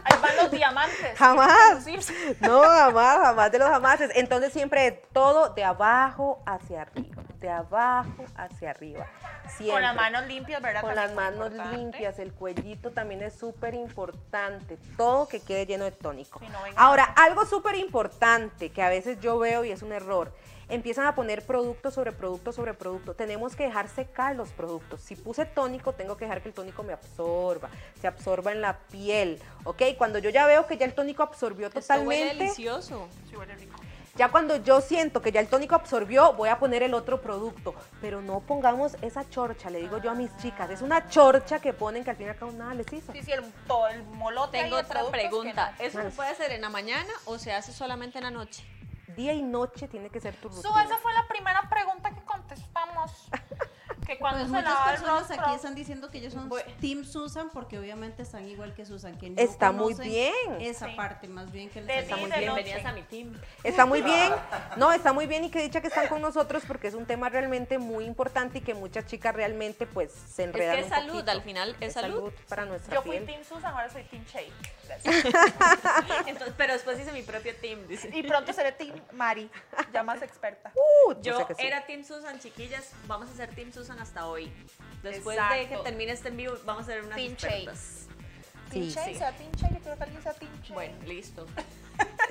Speaker 2: Ahí van los diamantes.
Speaker 3: Jamás.
Speaker 2: Sí, sí.
Speaker 3: No, jamás, jamás de los jamases. Entonces siempre es todo de abajo hacia arriba, de abajo hacia arriba. Siempre.
Speaker 2: Con las manos limpias, ¿verdad?
Speaker 3: Con
Speaker 2: También
Speaker 3: las
Speaker 2: muy
Speaker 3: manos
Speaker 2: importante.
Speaker 3: limpias, el cuellito también es súper importante. Todo que quede lleno de tónico.
Speaker 2: Sí, no venga.
Speaker 3: Ahora, algo súper importante que a veces yo veo y es un error. Empiezan a poner producto sobre producto sobre producto. Tenemos que dejar secar los productos. Si puse tónico, tengo que dejar que el tónico me absorba, se absorba en la piel. ¿Ok? Cuando yo ya veo que ya el tónico absorbió
Speaker 1: Esto huele
Speaker 3: totalmente,
Speaker 1: delicioso.
Speaker 2: Sí, huele rico.
Speaker 3: ya cuando yo siento que ya el tónico absorbió, voy a poner el otro producto. Pero no pongamos esa chorcha, le digo yo a mis chicas. Es una chorcha que ponen que al fin y al cabo nada les hizo.
Speaker 2: Sí, sí, el, todo el molote.
Speaker 1: Tengo
Speaker 2: ahí de
Speaker 1: otra
Speaker 2: productos que
Speaker 1: pregunta.
Speaker 2: no.
Speaker 1: ¿Eso se puede hacer en la mañana o se hace solamente en la noche?
Speaker 3: Día y noche tiene que ser tu rutina.
Speaker 2: So, esa fue la primera pregunta que contestamos. Que cuando
Speaker 4: Pues
Speaker 2: se
Speaker 4: muchas
Speaker 2: lava el
Speaker 4: personas
Speaker 2: rostro.
Speaker 4: aquí están diciendo que ellos son
Speaker 2: Bueno.
Speaker 4: Team Susan porque obviamente están igual que Susan. Que no
Speaker 3: Está muy
Speaker 4: conocen
Speaker 3: bien.
Speaker 4: Esa
Speaker 2: Sí.
Speaker 4: parte, más bien que
Speaker 2: Te
Speaker 4: les
Speaker 2: Está
Speaker 4: muy
Speaker 2: muy dice, bien. ¿no?
Speaker 1: Bienvenidas a mi team.
Speaker 3: Está muy bien, no, está muy bien y que dicha que están con nosotros porque es un tema realmente muy importante y que muchas chicas realmente pues se
Speaker 1: Es que
Speaker 3: enredan.
Speaker 1: es
Speaker 3: un
Speaker 1: salud,
Speaker 3: poquito.
Speaker 1: al final es,
Speaker 3: Es
Speaker 1: salud.
Speaker 3: para nuestra
Speaker 2: Yo fui
Speaker 3: piel.
Speaker 2: Team Susan, ahora soy Team Shake. Gracias.
Speaker 1: Entonces, pero después hice mi propio team, dice.
Speaker 2: Y pronto seré Team Mari, ya más experta.
Speaker 3: Uh, yo
Speaker 1: Yo
Speaker 3: sé que sí.
Speaker 1: era Team Susan, chiquillas. Vamos a ser Team Susan hasta hoy. Después de que
Speaker 2: Exacto.
Speaker 1: termine este en vivo, vamos a hacer unas
Speaker 2: Team
Speaker 1: expertas.
Speaker 2: Team
Speaker 3: Sí,
Speaker 2: Shake,
Speaker 1: sí.
Speaker 2: sea Team Shake, yo creo que alguien sea Team Shake.
Speaker 1: Bueno, listo.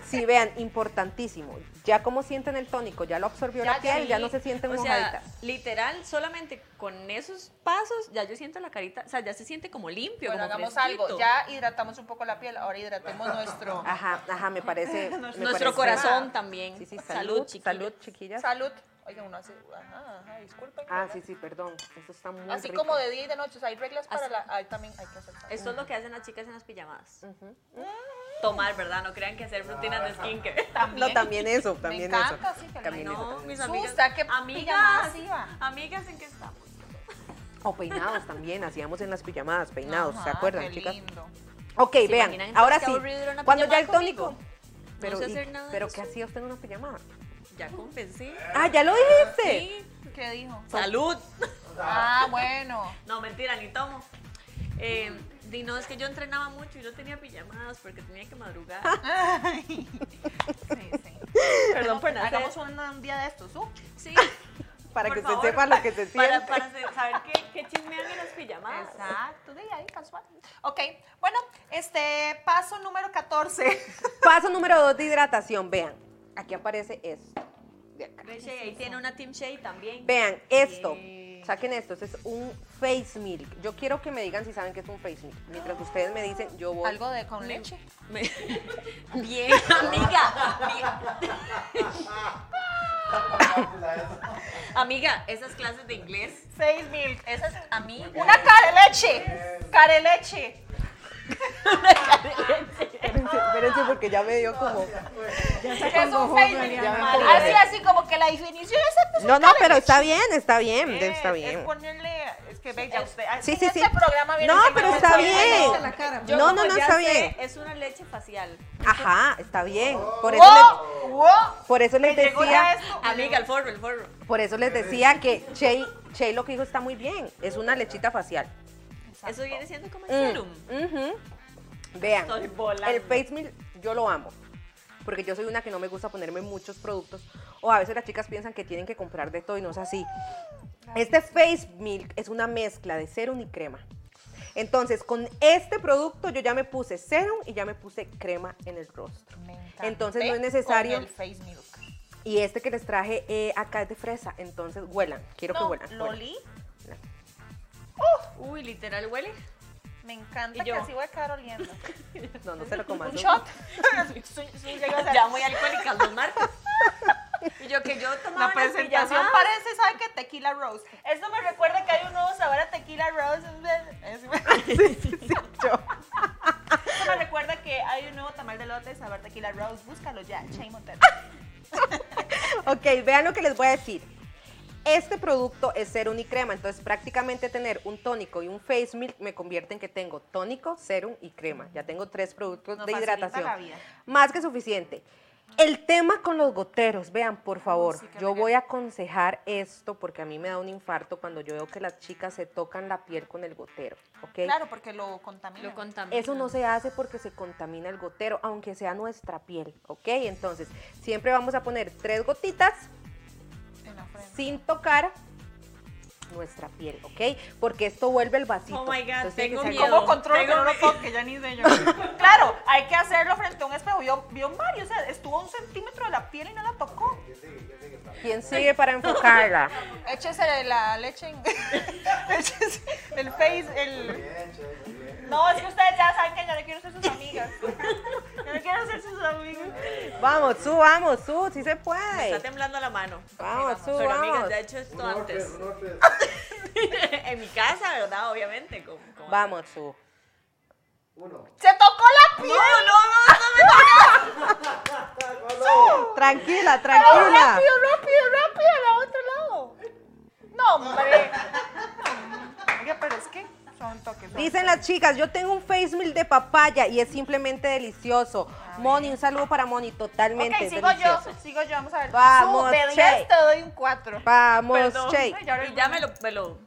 Speaker 3: Sí, vean, importantísimo. Ya como sienten el tónico, ya lo absorbió
Speaker 2: Ya,
Speaker 3: la
Speaker 2: ya
Speaker 3: piel, ya
Speaker 2: vi.
Speaker 3: no se sienten
Speaker 1: O sea,
Speaker 3: mojaditas.
Speaker 1: literal, solamente con esos pasos ya yo siento la carita, o sea, ya se siente como limpio.
Speaker 2: Bueno,
Speaker 1: como
Speaker 2: hagamos
Speaker 1: fresquito.
Speaker 2: algo. Ya hidratamos un poco la piel, ahora hidratemos nuestro.
Speaker 3: Ajá, ajá, me parece. me
Speaker 1: Nuestro
Speaker 3: parece-
Speaker 1: corazón también.
Speaker 3: Sí, sí,
Speaker 1: salud,
Speaker 3: salud,
Speaker 1: chiquillas.
Speaker 3: salud, chiquillas.
Speaker 2: Salud. Oigan, uno hace. Ajá, ajá, disculpen.
Speaker 3: Ah,
Speaker 2: ¿verdad?
Speaker 3: sí, sí, perdón. Eso está muy
Speaker 2: Así
Speaker 3: rico.
Speaker 2: como de día y de noche, o sea, hay reglas para
Speaker 1: Así-
Speaker 2: la. Ahí también hay que hacer.
Speaker 1: Esto es lo que hacen las chicas en las pijamadas. Tomar, ¿verdad? No crean que hacer rutinas de
Speaker 2: Ah,
Speaker 1: skincare.
Speaker 3: No, también eso, también
Speaker 2: encanta,
Speaker 3: eso.
Speaker 2: sí, que lo-
Speaker 3: también eso,
Speaker 1: No,
Speaker 3: también
Speaker 1: mis
Speaker 3: eso.
Speaker 1: amigas.
Speaker 2: Susa, qué pijamada
Speaker 1: amigas,
Speaker 2: masiva.
Speaker 1: amigas en que estamos.
Speaker 3: O peinados también, hacíamos en las pijamadas, peinados, ¿se
Speaker 2: Ajá,
Speaker 3: acuerdan,
Speaker 2: qué
Speaker 3: chicas?
Speaker 2: lindo.
Speaker 3: Ok,
Speaker 1: ¿Se
Speaker 3: vean,
Speaker 1: imaginan entonces
Speaker 3: ahora
Speaker 1: qué
Speaker 3: sí,
Speaker 1: aburrido era una
Speaker 3: cuando ya el
Speaker 1: pijamada
Speaker 3: tónico...
Speaker 1: conmigo? No
Speaker 3: Pero,
Speaker 1: sé
Speaker 3: y-
Speaker 1: hacer nada de
Speaker 3: pero
Speaker 1: eso.
Speaker 3: ¿qué hacía usted en una pijamada?
Speaker 1: Ya compensé.
Speaker 3: Ah, ya lo dijiste.
Speaker 1: Sí.
Speaker 2: ¿Qué dijo?
Speaker 3: Pues
Speaker 1: Salud.
Speaker 2: Ah, bueno.
Speaker 1: No, mentira, ni tomo. Eh, di, no, es que yo entrenaba mucho y no tenía pijamadas porque tenía que madrugar.
Speaker 2: Sí, sí.
Speaker 1: Perdón por nada.
Speaker 2: Hagamos un, un día de estos. ¿uh?
Speaker 1: Sí.
Speaker 3: Para
Speaker 1: por
Speaker 3: que
Speaker 1: favor,
Speaker 3: se sepa lo que se siente.
Speaker 1: Para, para se- saber qué, qué chismean en las
Speaker 3: Ah.
Speaker 1: pijamadas.
Speaker 2: Exacto, de ahí, casual. Ok, bueno, este paso número 14.
Speaker 3: Paso número dos de hidratación, vean. Aquí aparece esto. De acá.
Speaker 1: Ve, Shea, ahí tiene una Team Shea también.
Speaker 3: Vean, esto.
Speaker 2: Eh.
Speaker 1: Bien.
Speaker 3: Saquen esto, este es un face milk. Yo quiero que me digan si saben que es un face milk. Mientras ustedes me dicen, yo voy.
Speaker 2: Algo de con leche.
Speaker 1: Me- Bien, amiga. Bien. Amiga, esas clases de inglés.
Speaker 2: Seis mil. Esa es a mí.
Speaker 1: Amiga.
Speaker 2: Una cara de leche. Cara de leche.
Speaker 3: Espérense, espérense, porque ya me dio como.
Speaker 2: Que es un
Speaker 4: acongojó,
Speaker 2: Facebook.
Speaker 4: Mariana.
Speaker 2: Así, así como que la definición pues, exacta es
Speaker 3: No, no, pero está bien, está bien,
Speaker 2: Eh, es-
Speaker 3: está bien.
Speaker 2: Es ponerle. Es que bella usted.
Speaker 3: Sí,
Speaker 2: en
Speaker 3: sí,
Speaker 2: este
Speaker 3: sí.
Speaker 2: programa viene
Speaker 3: No,
Speaker 2: enseñado
Speaker 3: pero está
Speaker 2: todo.
Speaker 3: bien.
Speaker 4: la cara.
Speaker 1: Yo,
Speaker 3: No, pues,
Speaker 1: como
Speaker 3: no, no,
Speaker 1: ya
Speaker 3: está
Speaker 1: sé,
Speaker 3: bien.
Speaker 1: Es una leche facial.
Speaker 3: Ajá, está bien. Por eso, les-
Speaker 2: ¡Wow! ¡Wow!
Speaker 3: por eso les
Speaker 2: Me llegó ya
Speaker 3: decía,
Speaker 2: esto.
Speaker 1: Amiga, el forro, el forro.
Speaker 3: por eso les decía que Che, Che lo que dijo está muy bien. Es una lechita facial.
Speaker 1: Eso viene siendo como el
Speaker 3: Mm,
Speaker 1: serum.
Speaker 3: ujú. Vean,
Speaker 1: Estoy volando.
Speaker 3: el face milk yo lo amo. Porque yo soy una que no me gusta ponerme muchos productos. O a veces las chicas piensan que tienen que comprar de todo y no es así. Este face milk es una mezcla de serum y crema. Entonces, con este producto yo ya me puse serum y ya me puse crema en el rostro.
Speaker 2: Me encanté
Speaker 3: Entonces no es necesario.
Speaker 2: con el face milk.
Speaker 3: Y este que les traje eh, acá es de fresa. Entonces, huelan. Quiero que
Speaker 2: No,
Speaker 3: huelan. huelan.
Speaker 2: Loli,
Speaker 1: Uy, literal huele.
Speaker 2: me
Speaker 1: Y
Speaker 2: encanta que
Speaker 1: yo.
Speaker 2: así voy a quedar oliendo.
Speaker 3: No, no se lo coman.
Speaker 2: Un
Speaker 3: ¿no?
Speaker 2: shot. Su- su- llegó a ser-
Speaker 1: Ya muy alcohólicas los martes. Y yo que yo tomaba
Speaker 2: La
Speaker 1: en las
Speaker 2: presentación
Speaker 1: pijamadas.
Speaker 2: parece, ¿sabe qué? Tequila Rose. Esto me recuerda que hay un nuevo sabor a Tequila Rose. Es-
Speaker 3: Ah,
Speaker 2: Esto
Speaker 3: Yo.
Speaker 2: me recuerda que hay un nuevo tamal de lote sabor Tequila Rose. Búscalo ya, Shea Montero.
Speaker 3: Ok, vean lo que les voy a decir. Este producto es serum y crema, entonces prácticamente tener un tónico y un face milk me convierte en que tengo tónico, serum y crema. Ya tengo tres productos
Speaker 2: Nos
Speaker 3: de
Speaker 2: facilita
Speaker 3: hidratación.
Speaker 2: la vida.
Speaker 3: Más que suficiente. El tema con los goteros, vean, por favor,
Speaker 2: sí, qué
Speaker 3: yo
Speaker 2: regalo.
Speaker 3: voy a aconsejar esto porque a mí me da un infarto cuando yo veo que las chicas se tocan la piel con el gotero, ¿ok?
Speaker 2: Claro, porque lo contamina.
Speaker 1: Lo contamina.
Speaker 3: Eso no se hace porque se contamina el gotero, aunque sea nuestra piel, ¿ok? Entonces, siempre vamos a poner tres gotitas
Speaker 2: en la frente.
Speaker 3: sin tocar nuestra piel, ¿ok? Porque esto vuelve el vasito.
Speaker 1: Oh my God,
Speaker 3: Entonces, tiene que
Speaker 1: tengo
Speaker 3: ser
Speaker 1: miedo.
Speaker 2: ¿Cómo
Speaker 3: como-
Speaker 2: controlo que
Speaker 1: Tengo
Speaker 2: no lo
Speaker 1: mi-
Speaker 2: puedo? Que ya ni sé yo. claro, hay que hacerlo frente a un espejo. Yo, vio Mario, o sea, estuvo a un centímetro de la piel y no la tocó.
Speaker 3: ¿Quién sigue para enfocarla?
Speaker 2: Échese la leche en... Échese el face, el... No, es que ustedes ya saben que yo no quiero ser sus amigas. Yo no quiero ser sus amigas.
Speaker 3: Vamos, Su, vamos, Su, sí se
Speaker 1: Me está
Speaker 3: puede.
Speaker 1: temblando la mano.
Speaker 3: Vamos,
Speaker 1: Ok,
Speaker 3: Su,
Speaker 1: Pero amigas,
Speaker 3: vamos.
Speaker 1: ya he hecho esto antes. en mi casa, ¿verdad? Obviamente. como- como-
Speaker 3: Vamos, Su.
Speaker 2: ¡Se tocó la piel!
Speaker 3: Tranquila,
Speaker 2: ¡Pero
Speaker 3: tranquila.
Speaker 2: Oh, rápido, rápido, rápido! ¡A otro lado! No, hombre. No, Oiga, pero es que son toques. son
Speaker 3: Dicen las chicas, yo tengo un face meal de papaya y es simplemente delicioso. Moni, un saludo para Moni, totalmente
Speaker 2: Ok, sigo
Speaker 3: delicioso.
Speaker 2: yo, sigo yo, vamos a ver.
Speaker 3: Vamos,
Speaker 2: Sube,
Speaker 3: Che.
Speaker 2: ya te doy un 4.
Speaker 3: Vamos,
Speaker 2: Perdón.
Speaker 3: Che.
Speaker 2: Ay, ya ahora
Speaker 1: Y ya
Speaker 2: el-
Speaker 1: me lo, me lo,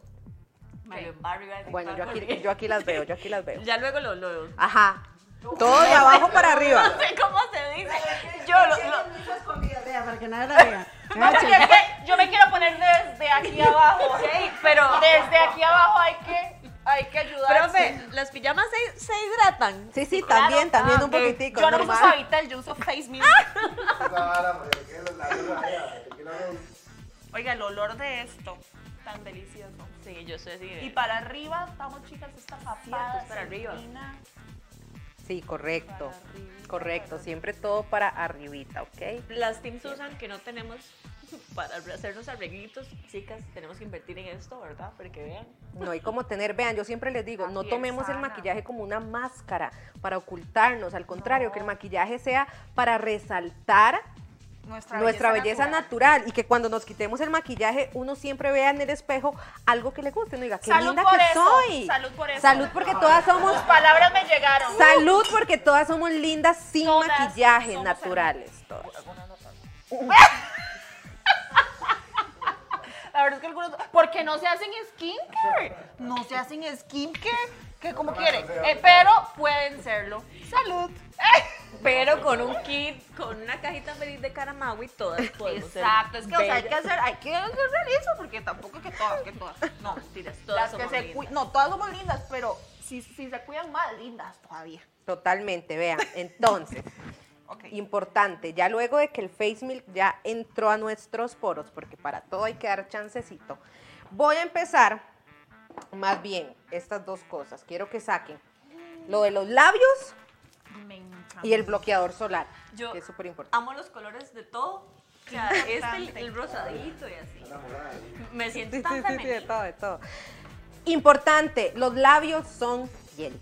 Speaker 1: me
Speaker 2: Ok.
Speaker 1: lo embarro, iba a decir,
Speaker 3: Bueno, yo
Speaker 1: todo
Speaker 3: aquí,
Speaker 1: porque-
Speaker 3: yo aquí las veo, yo aquí las veo.
Speaker 1: Ya luego lo, lo-
Speaker 3: Ajá. Todo de abajo para arriba.
Speaker 1: No sé cómo se dice. Yo lo, lo-
Speaker 4: Vea, para que nadie la vea.
Speaker 2: Yo me que- Yo me quiero poner desde aquí abajo.
Speaker 1: Ok, pero...
Speaker 2: Desde aquí abajo hay que, hay que ayudar.
Speaker 1: Profe, las pijamas se, se hidratan.
Speaker 3: Sí, sí, también, también un
Speaker 1: Ah, ok.
Speaker 3: poquitico.
Speaker 2: yo no uso
Speaker 3: normal.
Speaker 2: Savitel, yo uso Face Milk.
Speaker 5: Esa vara, porque que la- la luna vea, porque la luna-
Speaker 2: Oiga, el olor de esto, tan delicioso.
Speaker 1: Sí, yo soy así. de-
Speaker 2: Y para arriba, estamos chicas, esta papada.
Speaker 1: es para arriba.
Speaker 2: Argentina.
Speaker 3: Sí, correcto. Correcto, siempre todo para arribita, ¿ok?
Speaker 1: Las Team Susan que no tenemos para hacernos arreglitos, chicas, tenemos que invertir en esto, ¿verdad? Porque vean.
Speaker 3: No hay como tener, vean, yo siempre les digo,
Speaker 2: La
Speaker 3: no
Speaker 2: piel
Speaker 3: tomemos el
Speaker 2: sana.
Speaker 3: maquillaje como una máscara para ocultarnos, al contrario, que el maquillaje sea para resaltar
Speaker 2: Nuestra,
Speaker 3: nuestra belleza natural. y que cuando nos quitemos el maquillaje uno siempre vea en el espejo algo que le guste, no diga, qué
Speaker 2: Salud
Speaker 3: linda
Speaker 2: por
Speaker 3: que
Speaker 2: eso,
Speaker 3: soy.
Speaker 2: salud por eso.
Speaker 3: Salud porque todas somos
Speaker 2: Tus palabras me llegaron.
Speaker 3: salud porque todas somos lindas sin
Speaker 2: Todas
Speaker 3: maquillaje,
Speaker 2: somos
Speaker 3: naturales. todas.
Speaker 2: La verdad es que algunos. Porque no se hacen skincare. No se hacen skincare. Que como quieren. Eh, pero pueden serlo. Salud.
Speaker 1: Pero con un kit, con una cajita feliz de Caramaui, todas podemos ser
Speaker 2: Exacto. Es que o sea, hay que
Speaker 1: bellas.
Speaker 2: hacer, hay que hacer realismo porque tampoco que todas, que todas. No,
Speaker 1: Mentiras, todas
Speaker 2: las que
Speaker 1: somos
Speaker 2: se
Speaker 1: lindas.
Speaker 2: cuidan. No, todas somos lindas, pero si, si se cuidan más, lindas todavía.
Speaker 3: Totalmente, vean. Entonces,
Speaker 2: Ok.
Speaker 3: importante, ya luego de que el face milk ya entró a nuestros poros, porque para todo hay que dar chancecito, voy a empezar más bien estas dos cosas. Quiero que saquen lo de los labios
Speaker 2: Me encanta.
Speaker 3: y el bloqueador solar,
Speaker 1: Yo
Speaker 3: que es súper importante.
Speaker 1: amo los colores de todo. O sea, este, el rosadito y así. Me siento tan
Speaker 3: de
Speaker 1: femenina.
Speaker 3: todo, de todo. Importante, los labios son piel.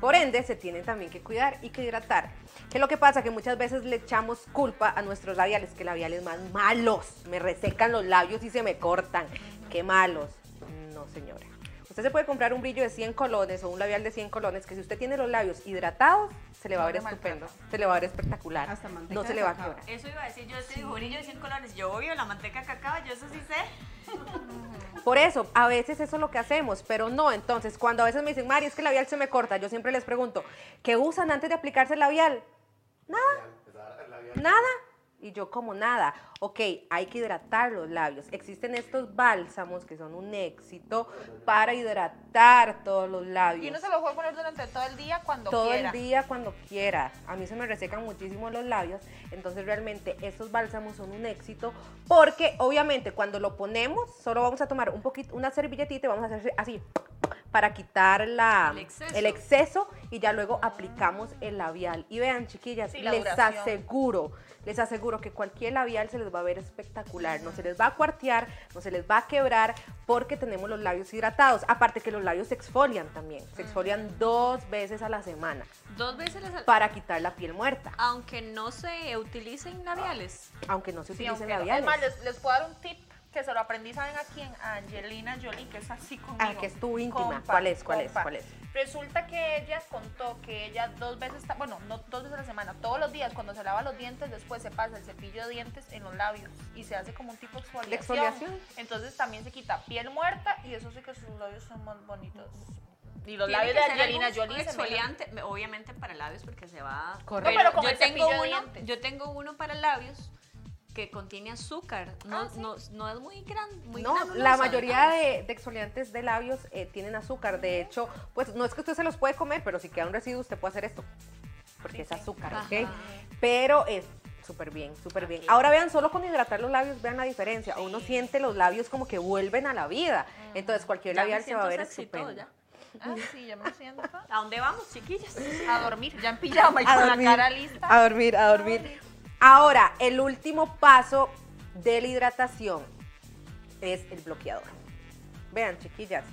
Speaker 3: Por ende, se tienen también que cuidar y que hidratar. Que lo que pasa que muchas veces le echamos culpa a nuestros labiales, que labiales más malos. Me resecan los labios y se me cortan. Qué malos. No, señora. Usted se puede comprar un brillo de 100 colones o un labial de 100 colones, que si usted tiene los labios hidratados, se le va a ver
Speaker 2: No le
Speaker 3: estupendo,
Speaker 2: maltrata.
Speaker 3: se le va a ver espectacular.
Speaker 4: Hasta manteca
Speaker 3: no se
Speaker 4: de
Speaker 3: le va a
Speaker 4: cacao.
Speaker 3: quebrar.
Speaker 1: Eso iba a decir yo, este dibujonillo de 100 colores. Yo obvio la manteca de cacao, yo eso sí sé.
Speaker 3: Por eso, a veces eso es lo que hacemos, pero no. Entonces, cuando a veces me dicen, Mari, es que el labial se me corta, yo siempre les pregunto, ¿qué usan antes de aplicarse el labial? Nada. Y yo como nada. Ok, hay que hidratar los labios. Existen estos bálsamos que son un éxito para hidratar todos los labios.
Speaker 2: Y uno se lo puede poner durante todo el día cuando
Speaker 3: todo
Speaker 2: quiera.
Speaker 3: el día cuando quiera. A mí se me resecan muchísimo los labios, entonces realmente estos bálsamos son un éxito porque obviamente cuando lo ponemos solo vamos a tomar un poquito una servilletita y vamos a hacer así para quitar la,
Speaker 1: El exceso.
Speaker 3: exceso y ya luego aplicamos el labial. Y vean, chiquillas,
Speaker 2: Sí, la
Speaker 3: les
Speaker 2: duración.
Speaker 3: aseguro, les aseguro que cualquier labial se les va a ver espectacular, no se les va a cuartear, no se les va a quebrar porque tenemos los labios hidratados. Aparte que los labios se exfolian también, se exfolian dos veces a la semana
Speaker 1: Dos veces las
Speaker 3: para quitar la piel muerta,
Speaker 1: aunque no se utilicen labiales.
Speaker 3: aunque no se
Speaker 2: Sí,
Speaker 3: utilicen
Speaker 2: aunque no. Es
Speaker 3: labiales.
Speaker 2: más, les, les puedo dar un tip que se lo aprendí, ¿saben a quién? A Angelina Jolie, que es así conmigo.
Speaker 3: Ah, que es tu íntima. ¿Cuál es, cuál es, cuál es?
Speaker 2: Resulta que ella contó que ella dos veces, ta- bueno, no dos veces a la semana, todos los días cuando se lava los dientes, después se pasa el cepillo de dientes en los labios y se hace como un tipo de exfoliación.
Speaker 3: ¿De exfoliación?
Speaker 2: Entonces también se quita piel muerta y eso sí que sus labios son más bonitos.
Speaker 1: Y los
Speaker 2: Tiene
Speaker 1: labios de
Speaker 2: que ser
Speaker 1: Angelina
Speaker 2: algún
Speaker 1: Jolie
Speaker 2: exfoliante.
Speaker 1: exfoliante, obviamente para labios porque se va.
Speaker 3: Correcto.
Speaker 2: No, pero con
Speaker 1: yo
Speaker 2: el
Speaker 1: tengo
Speaker 2: cepillo de
Speaker 1: uno,
Speaker 2: dientes.
Speaker 1: yo tengo uno para labios que contiene azúcar. No,
Speaker 2: Ah, sí.
Speaker 1: no, no es muy grande. Muy
Speaker 3: No,
Speaker 1: granuloso,
Speaker 3: la mayoría
Speaker 1: digamos.
Speaker 3: de, de exfoliantes de labios eh, tienen azúcar. De hecho, pues no es que usted se los puede comer, pero si queda un residuo, usted puede hacer esto. Porque es azúcar,
Speaker 1: Ajá.
Speaker 3: ¿ok? Pero es súper bien, súper bien.
Speaker 1: Ok.
Speaker 3: Ahora vean, solo con hidratar los labios, vean la diferencia. Uno siente los labios como que vuelven a la vida. Entonces, cualquier
Speaker 1: Ah. Ya me
Speaker 3: labial se va a
Speaker 1: siento
Speaker 3: ver
Speaker 1: sexy y todo,
Speaker 3: estupendo.
Speaker 2: Ah, sí, ya me siento
Speaker 1: ¿A dónde vamos, chiquillas?
Speaker 2: a dormir, ya en pijama y
Speaker 3: A
Speaker 2: con
Speaker 3: dormir,
Speaker 2: la cara lista.
Speaker 3: A dormir, a dormir. Ahora, el último paso de la hidratación es el bloqueador. Vean, chiquillas,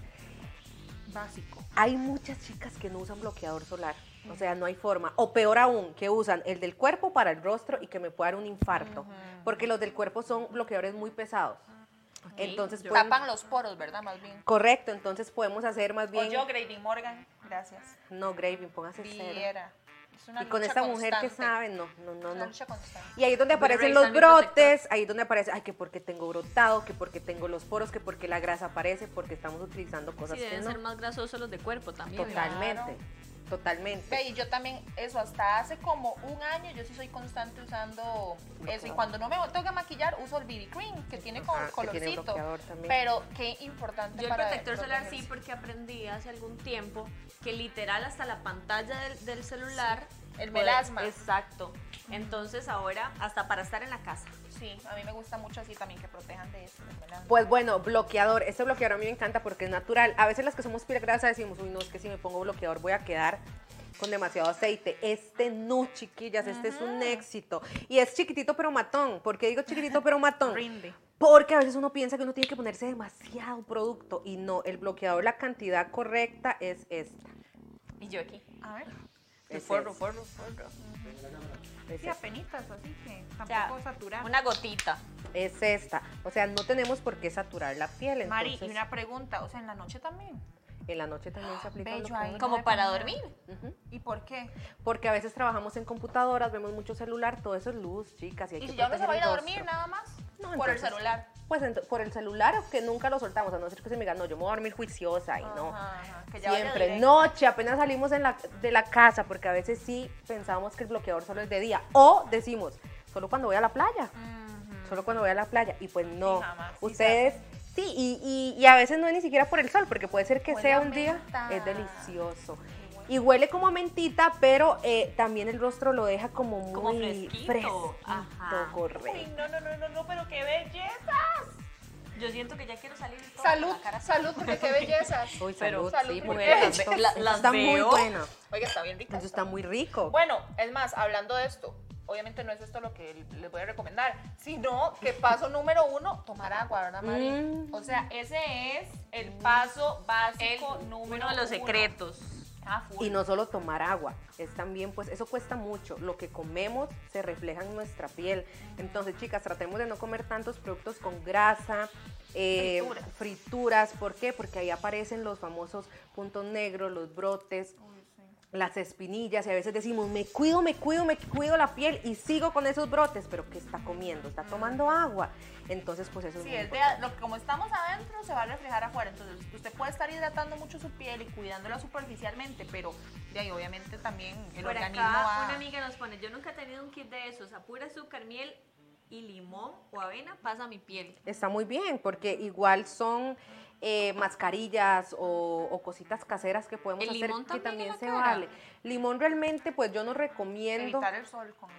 Speaker 2: Básico.
Speaker 3: hay muchas chicas que no usan bloqueador solar. O sea, no hay forma. O peor aún, que usan el del cuerpo para el rostro y que me pueda dar un infarto. Porque los del cuerpo son bloqueadores muy pesados. Entonces,
Speaker 1: yo-
Speaker 3: pues,
Speaker 2: Tapan los poros, ¿verdad? Más bien.
Speaker 3: correcto, entonces podemos hacer más
Speaker 2: O
Speaker 3: bien...
Speaker 2: yo, Grady Morgan, gracias.
Speaker 3: No, Graving, póngase cero.
Speaker 2: Viera. Es una
Speaker 3: Y con
Speaker 2: lucha
Speaker 3: esta mujer que
Speaker 2: constante.
Speaker 3: sabe, no, no,
Speaker 2: Es
Speaker 3: no,
Speaker 2: una
Speaker 3: no.
Speaker 2: lucha constante.
Speaker 3: Y ahí es donde
Speaker 1: Voy a
Speaker 3: aparecen
Speaker 1: revisar
Speaker 3: los
Speaker 1: mi protector.
Speaker 3: brotes, ahí es donde aparece, ay, que porque tengo brotado, que porque tengo los poros, que porque la grasa aparece, porque estamos utilizando cosas
Speaker 1: Sí,
Speaker 3: que
Speaker 1: deben
Speaker 3: no.
Speaker 1: ser más grasosos los de cuerpo también.
Speaker 3: Totalmente, totalmente.
Speaker 2: Ve, y yo también, eso, hasta hace como un año yo sí soy constante usando eso. Y cuando no me tengo que maquillar, uso el BB Cream, que tiene
Speaker 3: Ajá,
Speaker 2: con
Speaker 3: que tiene
Speaker 2: colorcito.
Speaker 3: bloqueador también.
Speaker 2: Pero qué importante
Speaker 1: Yo el
Speaker 2: para
Speaker 1: protector solar
Speaker 2: protegerse.
Speaker 1: sí porque aprendí hace algún tiempo que literal hasta la pantalla del, del celular...
Speaker 2: el
Speaker 1: poder-
Speaker 2: melasma.
Speaker 1: Exacto. Entonces ahora hasta para estar en la casa.
Speaker 2: Sí, a mí me gusta mucho así también que protejan de eso. del melasma.
Speaker 3: Pues bueno, bloqueador. Este bloqueador a mí me encanta porque es natural. A veces las que somos piel grasa decimos, uy, no, es que si me pongo bloqueador voy a quedar con demasiado aceite. Este no, chiquillas, este es un éxito. Y es chiquitito pero matón. ¿Por qué digo chiquitito pero matón?
Speaker 2: Rinde.
Speaker 3: Porque a veces uno piensa que uno tiene que ponerse demasiado producto y no, el bloqueador, la cantidad correcta es esta.
Speaker 1: Y yo aquí.
Speaker 2: A ver.
Speaker 3: Es
Speaker 1: Forro,
Speaker 3: esta,
Speaker 1: forro, forro.
Speaker 3: es
Speaker 2: Sí,
Speaker 3: esta.
Speaker 2: apenitas, así que
Speaker 1: O sea,
Speaker 2: tampoco saturar.
Speaker 1: Una gotita.
Speaker 3: Es esta. O sea, no tenemos por qué saturar la piel.
Speaker 2: Mari,
Speaker 3: entonces,
Speaker 2: y una pregunta, o sea, en la noche también.
Speaker 3: En la noche también se aplica
Speaker 2: Bello
Speaker 3: bloqueador.
Speaker 2: ahí.
Speaker 1: Como
Speaker 2: Ay,
Speaker 1: para
Speaker 2: mamá.
Speaker 1: dormir.
Speaker 3: Ujú.
Speaker 2: ¿Y por qué?
Speaker 3: Porque a veces trabajamos en computadoras, vemos mucho celular, todo eso es luz, chicas. Y, hay
Speaker 2: Y
Speaker 3: que
Speaker 2: si ya uno se
Speaker 3: proteger
Speaker 2: va a ir
Speaker 3: el
Speaker 2: a
Speaker 3: rostro.
Speaker 2: dormir nada más,
Speaker 3: No,
Speaker 2: por el
Speaker 3: entonces-
Speaker 2: celular.
Speaker 3: Pues ento- por el celular, que nunca lo soltamos, a no ser que se me diga, no, yo me voy a dormir juiciosa y no.
Speaker 2: Ajá, ajá, que ya vaya
Speaker 3: Siempre,
Speaker 2: directo.
Speaker 3: noche, apenas salimos en la- de la casa, porque a veces sí pensamos que el bloqueador solo es de día. O decimos, solo cuando voy a la playa, solo cuando voy a la playa. Y pues no,
Speaker 2: Sí, jamás, sí se
Speaker 3: ustedes, sí, y, y- y a veces no es ni siquiera por el sol, porque puede ser que
Speaker 2: Huele
Speaker 3: sea
Speaker 2: a
Speaker 3: un día,
Speaker 2: menta.
Speaker 3: es delicioso. Y huele como a mentita, pero eh, también el rostro lo deja como muy
Speaker 1: Como fresquito,
Speaker 3: fresquito,
Speaker 1: ajá.
Speaker 2: Uy,
Speaker 3: correcto.
Speaker 2: no, no, no, no, no, pero qué belleza.
Speaker 1: Yo siento que ya quiero salir. y todo
Speaker 2: Salud,
Speaker 1: con la cara-
Speaker 2: salud, porque qué belleza.
Speaker 3: Uy,
Speaker 1: Pero
Speaker 3: salud,
Speaker 2: salud
Speaker 3: sí,
Speaker 2: muy
Speaker 3: porque
Speaker 2: buena.
Speaker 3: esto-
Speaker 1: La-
Speaker 3: esto
Speaker 1: las
Speaker 3: está muy
Speaker 1: veo.
Speaker 3: bueno,
Speaker 2: Oiga, está bien rica.
Speaker 3: esto está muy rico.
Speaker 2: Bueno, es más, hablando de esto, obviamente no es esto lo que les voy a recomendar, sino que paso número uno, tomar agua, ¿verdad, Mari?
Speaker 3: Mm.
Speaker 2: O sea, ese es el paso
Speaker 1: El-
Speaker 2: básico número
Speaker 1: uno de los secretos.
Speaker 2: Ah, full.
Speaker 3: Y no solo tomar agua, es también, pues eso cuesta mucho. Lo que comemos se refleja en nuestra piel. Entonces, chicas, tratemos de no comer tantos productos con grasa, eh,
Speaker 2: Frituras.
Speaker 3: frituras. ¿Por qué? Porque ahí aparecen los famosos puntos negros, los brotes. Las espinillas, y a veces decimos, me cuido, me cuido, me cuido la piel y sigo con esos brotes, pero ¿qué está comiendo? Está tomando agua. Entonces, pues eso es
Speaker 2: Sí,
Speaker 3: muy
Speaker 2: es de,
Speaker 3: importante.
Speaker 2: lo, como estamos adentro, se va a reflejar afuera. Entonces, usted puede estar hidratando mucho su piel y cuidándola superficialmente, pero de ahí obviamente también el
Speaker 1: Por
Speaker 2: organismo
Speaker 1: acá
Speaker 2: va-
Speaker 1: una amiga nos pone, yo nunca he tenido un kit de esos, a pura azúcar, miel y limón o avena pasa a mi piel.
Speaker 3: Está muy bien, porque igual son eh, mascarillas o, o cositas caseras que podemos
Speaker 1: ¿El
Speaker 3: hacer
Speaker 1: limón
Speaker 3: que
Speaker 1: también en
Speaker 3: también
Speaker 1: la
Speaker 3: se
Speaker 1: cara?
Speaker 3: vale. Limón realmente, pues yo no recomiendo
Speaker 2: evitar el sol con el...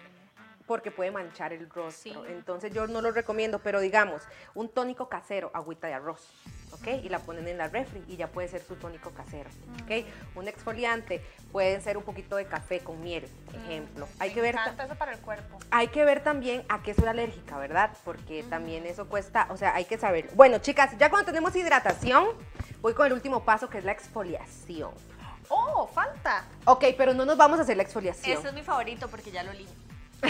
Speaker 3: porque puede manchar el rostro.
Speaker 1: Sí.
Speaker 3: Entonces yo no lo recomiendo, pero digamos, un tónico casero, agüita de arroz, ¿ok? Y la ponen en la refri y ya puede ser su tónico casero, ¿ok?
Speaker 1: Mm.
Speaker 3: Un exfoliante, pueden ser un poquito de café con miel, por
Speaker 1: Mm.
Speaker 3: ejemplo. Hay
Speaker 2: Me
Speaker 3: que ver... ta-
Speaker 2: encanta eso para el cuerpo.
Speaker 3: hay que ver también a qué soy alérgica, ¿verdad? Porque también eso cuesta, o sea, hay que saber. Bueno, chicas, ya cuando tenemos hidratación, voy con el último paso que es la exfoliación.
Speaker 2: ¡Oh, falta!
Speaker 3: Ok, pero no nos vamos a hacer la exfoliación.
Speaker 1: Este es mi favorito porque ya lo limpio.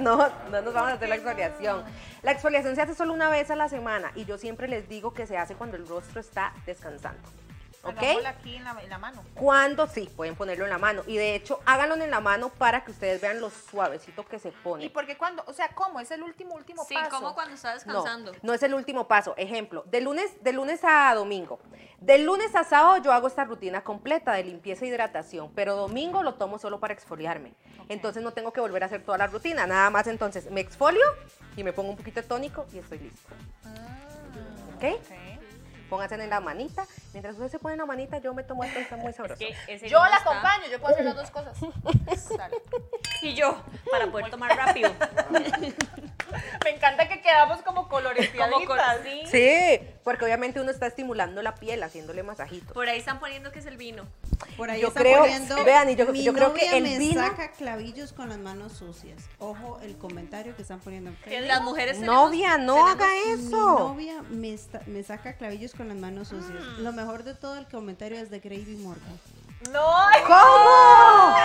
Speaker 3: no, no nos vamos a hacer la exfoliación. La exfoliación se hace solo una vez a la semana y yo siempre les digo que se hace cuando el rostro está descansando. ¿Ok?
Speaker 2: Hagámosla aquí en la, en la mano.
Speaker 3: Cuando sí, pueden ponerlo en la mano. Y de hecho, háganlo en la mano para que ustedes vean lo suavecito que se pone.
Speaker 2: ¿Y porque cuando? O sea, ¿cómo? Es el último, último
Speaker 1: Sí,
Speaker 2: paso.
Speaker 1: como cuando está
Speaker 3: No,
Speaker 1: descansando.
Speaker 3: no es el último paso. Ejemplo, de lunes, de lunes a domingo. De lunes a sábado yo hago esta rutina completa de limpieza e hidratación, pero domingo lo tomo solo para exfoliarme. Entonces no tengo que volver a hacer toda la rutina, nada más entonces me exfolio y me pongo un poquito de tónico y estoy listo.
Speaker 2: Mm,
Speaker 3: ¿Ok?
Speaker 2: ok.
Speaker 3: Pónganse en la manita. Mientras ustedes se ponen la manita, yo me tomo esto, está muy sabroso.
Speaker 2: Yo la acompaño, yo puedo hacer las dos cosas. Dale.
Speaker 1: Y yo, para poder tomar rápido.
Speaker 2: Me encanta que quedamos como coloreteaditas.
Speaker 1: Como col-
Speaker 3: Sí, porque obviamente uno está estimulando la piel haciéndole masajitos.
Speaker 1: Por ahí están poniendo que es el vino.
Speaker 4: Por ahí
Speaker 3: Yo
Speaker 4: está
Speaker 3: creo-
Speaker 4: poniendo,
Speaker 3: vean, y yo-
Speaker 4: "Mi
Speaker 3: yo creo que
Speaker 4: novia
Speaker 3: el
Speaker 4: me
Speaker 3: vino-
Speaker 4: saca clavillos con las manos sucias. Ojo el comentario que están poniendo en Facebook.
Speaker 1: Las mujeres tenemos-
Speaker 3: Novia, no
Speaker 1: tenemos-
Speaker 3: haga
Speaker 4: Mi
Speaker 3: eso.
Speaker 4: novia me, esta- me saca clavillos con las manos sucias.
Speaker 2: Mm.
Speaker 4: Lo mejor de todo el comentario es de Gravy Morgan.
Speaker 2: No, ay,
Speaker 3: ¿Cómo?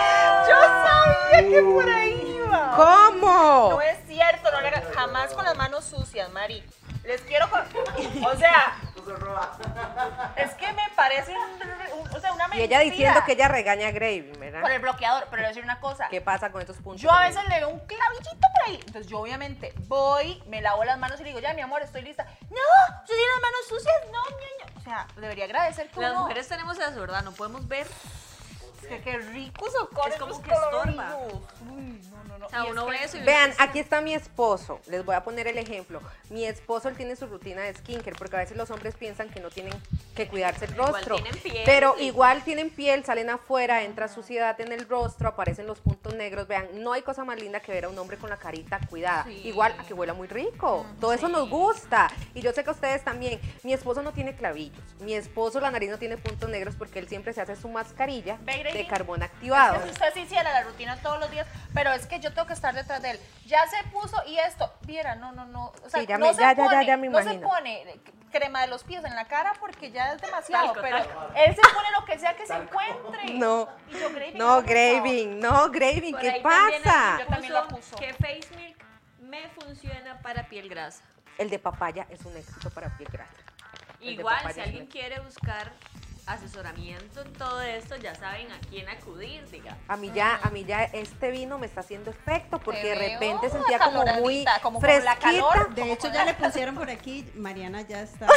Speaker 2: yo sabía que por ahí iba.
Speaker 3: ¿Cómo?
Speaker 2: No es cierto, no le hagas- jamás con las manos sucias, Mari. Les quiero. con- O sea,
Speaker 5: Tú se roba.
Speaker 2: es que me parece un- un- o sea, una
Speaker 3: Y
Speaker 2: mentira.
Speaker 3: ella diciendo que ella regaña a Gravy, ¿verdad?
Speaker 2: Por el bloqueador, pero le voy a decir una cosa.
Speaker 3: ¿Qué pasa con estos puntos?
Speaker 2: Yo a veces le veo un clavillito por ahí. Entonces yo obviamente voy, me lavo las manos y le digo, ya mi amor, estoy lista. No, usted tiene las manos sucias. No, no, no. O sea, debería agradecer que
Speaker 1: Las
Speaker 2: uno-
Speaker 1: mujeres tenemos eso, ¿verdad? No podemos ver.
Speaker 2: Es que qué rico socorro.
Speaker 1: Es como
Speaker 2: los
Speaker 1: que estorba.
Speaker 2: coloridos. Uy, no, no, no.
Speaker 1: O sea,
Speaker 2: Y es
Speaker 1: uno
Speaker 2: que-
Speaker 1: ve eso y
Speaker 3: Vean, aquí está mi esposo. Les voy a poner el ejemplo. Mi esposo él tiene su rutina de skincare porque a veces los hombres piensan que no tienen que cuidarse el
Speaker 1: Igual
Speaker 3: rostro.
Speaker 1: tienen piel.
Speaker 3: pero igual tienen piel, salen afuera, entra suciedad en el rostro, aparecen los puntos negros. Vean, no hay cosa más linda que ver a un hombre con la carita cuidada.
Speaker 2: Sí.
Speaker 3: Igual a que huela muy rico. Todo eso nos gusta. Y yo sé que a ustedes también. Mi esposo no tiene clavillos. Mi esposo la nariz no tiene puntos negros porque él siempre se hace su mascarilla
Speaker 2: Ve, Grady,
Speaker 3: de carbón
Speaker 2: Es
Speaker 3: activado.
Speaker 2: que si usted se hiciera la rutina todos los días, pero es que yo tengo que estar detrás de él. Ya se puso y esto, viera, no, no, no. O sea,
Speaker 3: Sí, ya
Speaker 2: no
Speaker 3: me-
Speaker 2: se
Speaker 3: ya, ya,
Speaker 2: pone,
Speaker 3: ya, ya me
Speaker 2: no se
Speaker 3: imagino.
Speaker 2: pone crema de los pies en la cara porque ya es demasiado,
Speaker 1: Talco,
Speaker 2: pero
Speaker 1: talco.
Speaker 2: él se pone lo que sea que se encuentre.
Speaker 3: No,
Speaker 2: Y yo, Graving, hazme el
Speaker 3: no,
Speaker 2: favor.
Speaker 3: Graving, no, Graving,
Speaker 1: Por
Speaker 3: ¿qué
Speaker 1: ahí también
Speaker 3: pasa?
Speaker 1: alguien
Speaker 2: Yo también lo
Speaker 1: puso
Speaker 2: puso.
Speaker 1: Que Face Milk me funciona para piel grasa.
Speaker 3: El de papaya es un éxito para piel grasa. El de
Speaker 1: Igual,
Speaker 3: papaya
Speaker 1: si
Speaker 3: es
Speaker 1: alguien
Speaker 3: un-
Speaker 1: quiere buscar asesoramiento en todo esto, ya saben a quién acudir, diga.
Speaker 3: A mí ya, a mí ya este vino me está haciendo efecto porque
Speaker 2: Te
Speaker 3: de
Speaker 2: veo
Speaker 3: repente sentía como muy
Speaker 2: acaloradita, como con la
Speaker 3: fresquita.
Speaker 2: calor.
Speaker 4: De hecho, ya le pusieron por aquí, Mariana ya está. eh,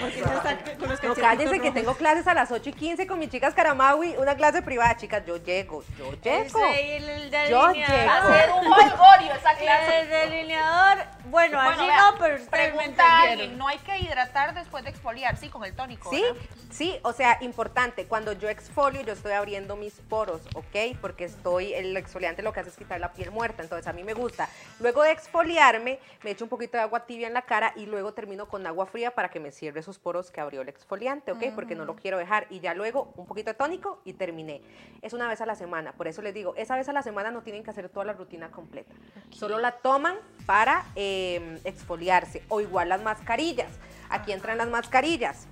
Speaker 4: Porque ya está con los
Speaker 3: No,
Speaker 4: calcetines
Speaker 3: cállense que
Speaker 4: rojos.
Speaker 3: tengo clases a las 8 y 15 con mis chicas Karamawi, una clase privada, chicas, yo llego, yo llego.
Speaker 1: Ese, el, el
Speaker 3: Yo
Speaker 1: delineador.
Speaker 2: Hacer un holgorio esa clase.
Speaker 1: El delineador, bueno,
Speaker 2: Bueno,
Speaker 1: así
Speaker 2: vea,
Speaker 1: no, pero ustedes me
Speaker 2: pregunta a alguien,
Speaker 1: entendieron.
Speaker 2: no hay que hidratar después de exfoliar, sí, con el tónico.
Speaker 3: Sí,
Speaker 2: ¿verdad?
Speaker 3: sí, o sea, importante, cuando yo exfolio yo estoy abriendo mis poros, ¿ok? Porque estoy, el exfoliante lo que hace es quitar la piel muerta, entonces a mí me gusta. Luego de exfoliarme, me echo un poquito de agua tibia en la cara y luego termino con agua fría para que me cierre esos poros que abrió el exfoliante, ¿ok? Porque no lo quiero dejar. Y ya luego un poquito de tónico y terminé. Es una vez a la semana, por eso les digo, esa vez a la semana no tienen que hacer toda la rutina completa. Solo la toman para eh, exfoliarse o igual las mascarillas. Aquí entran las mascarillas.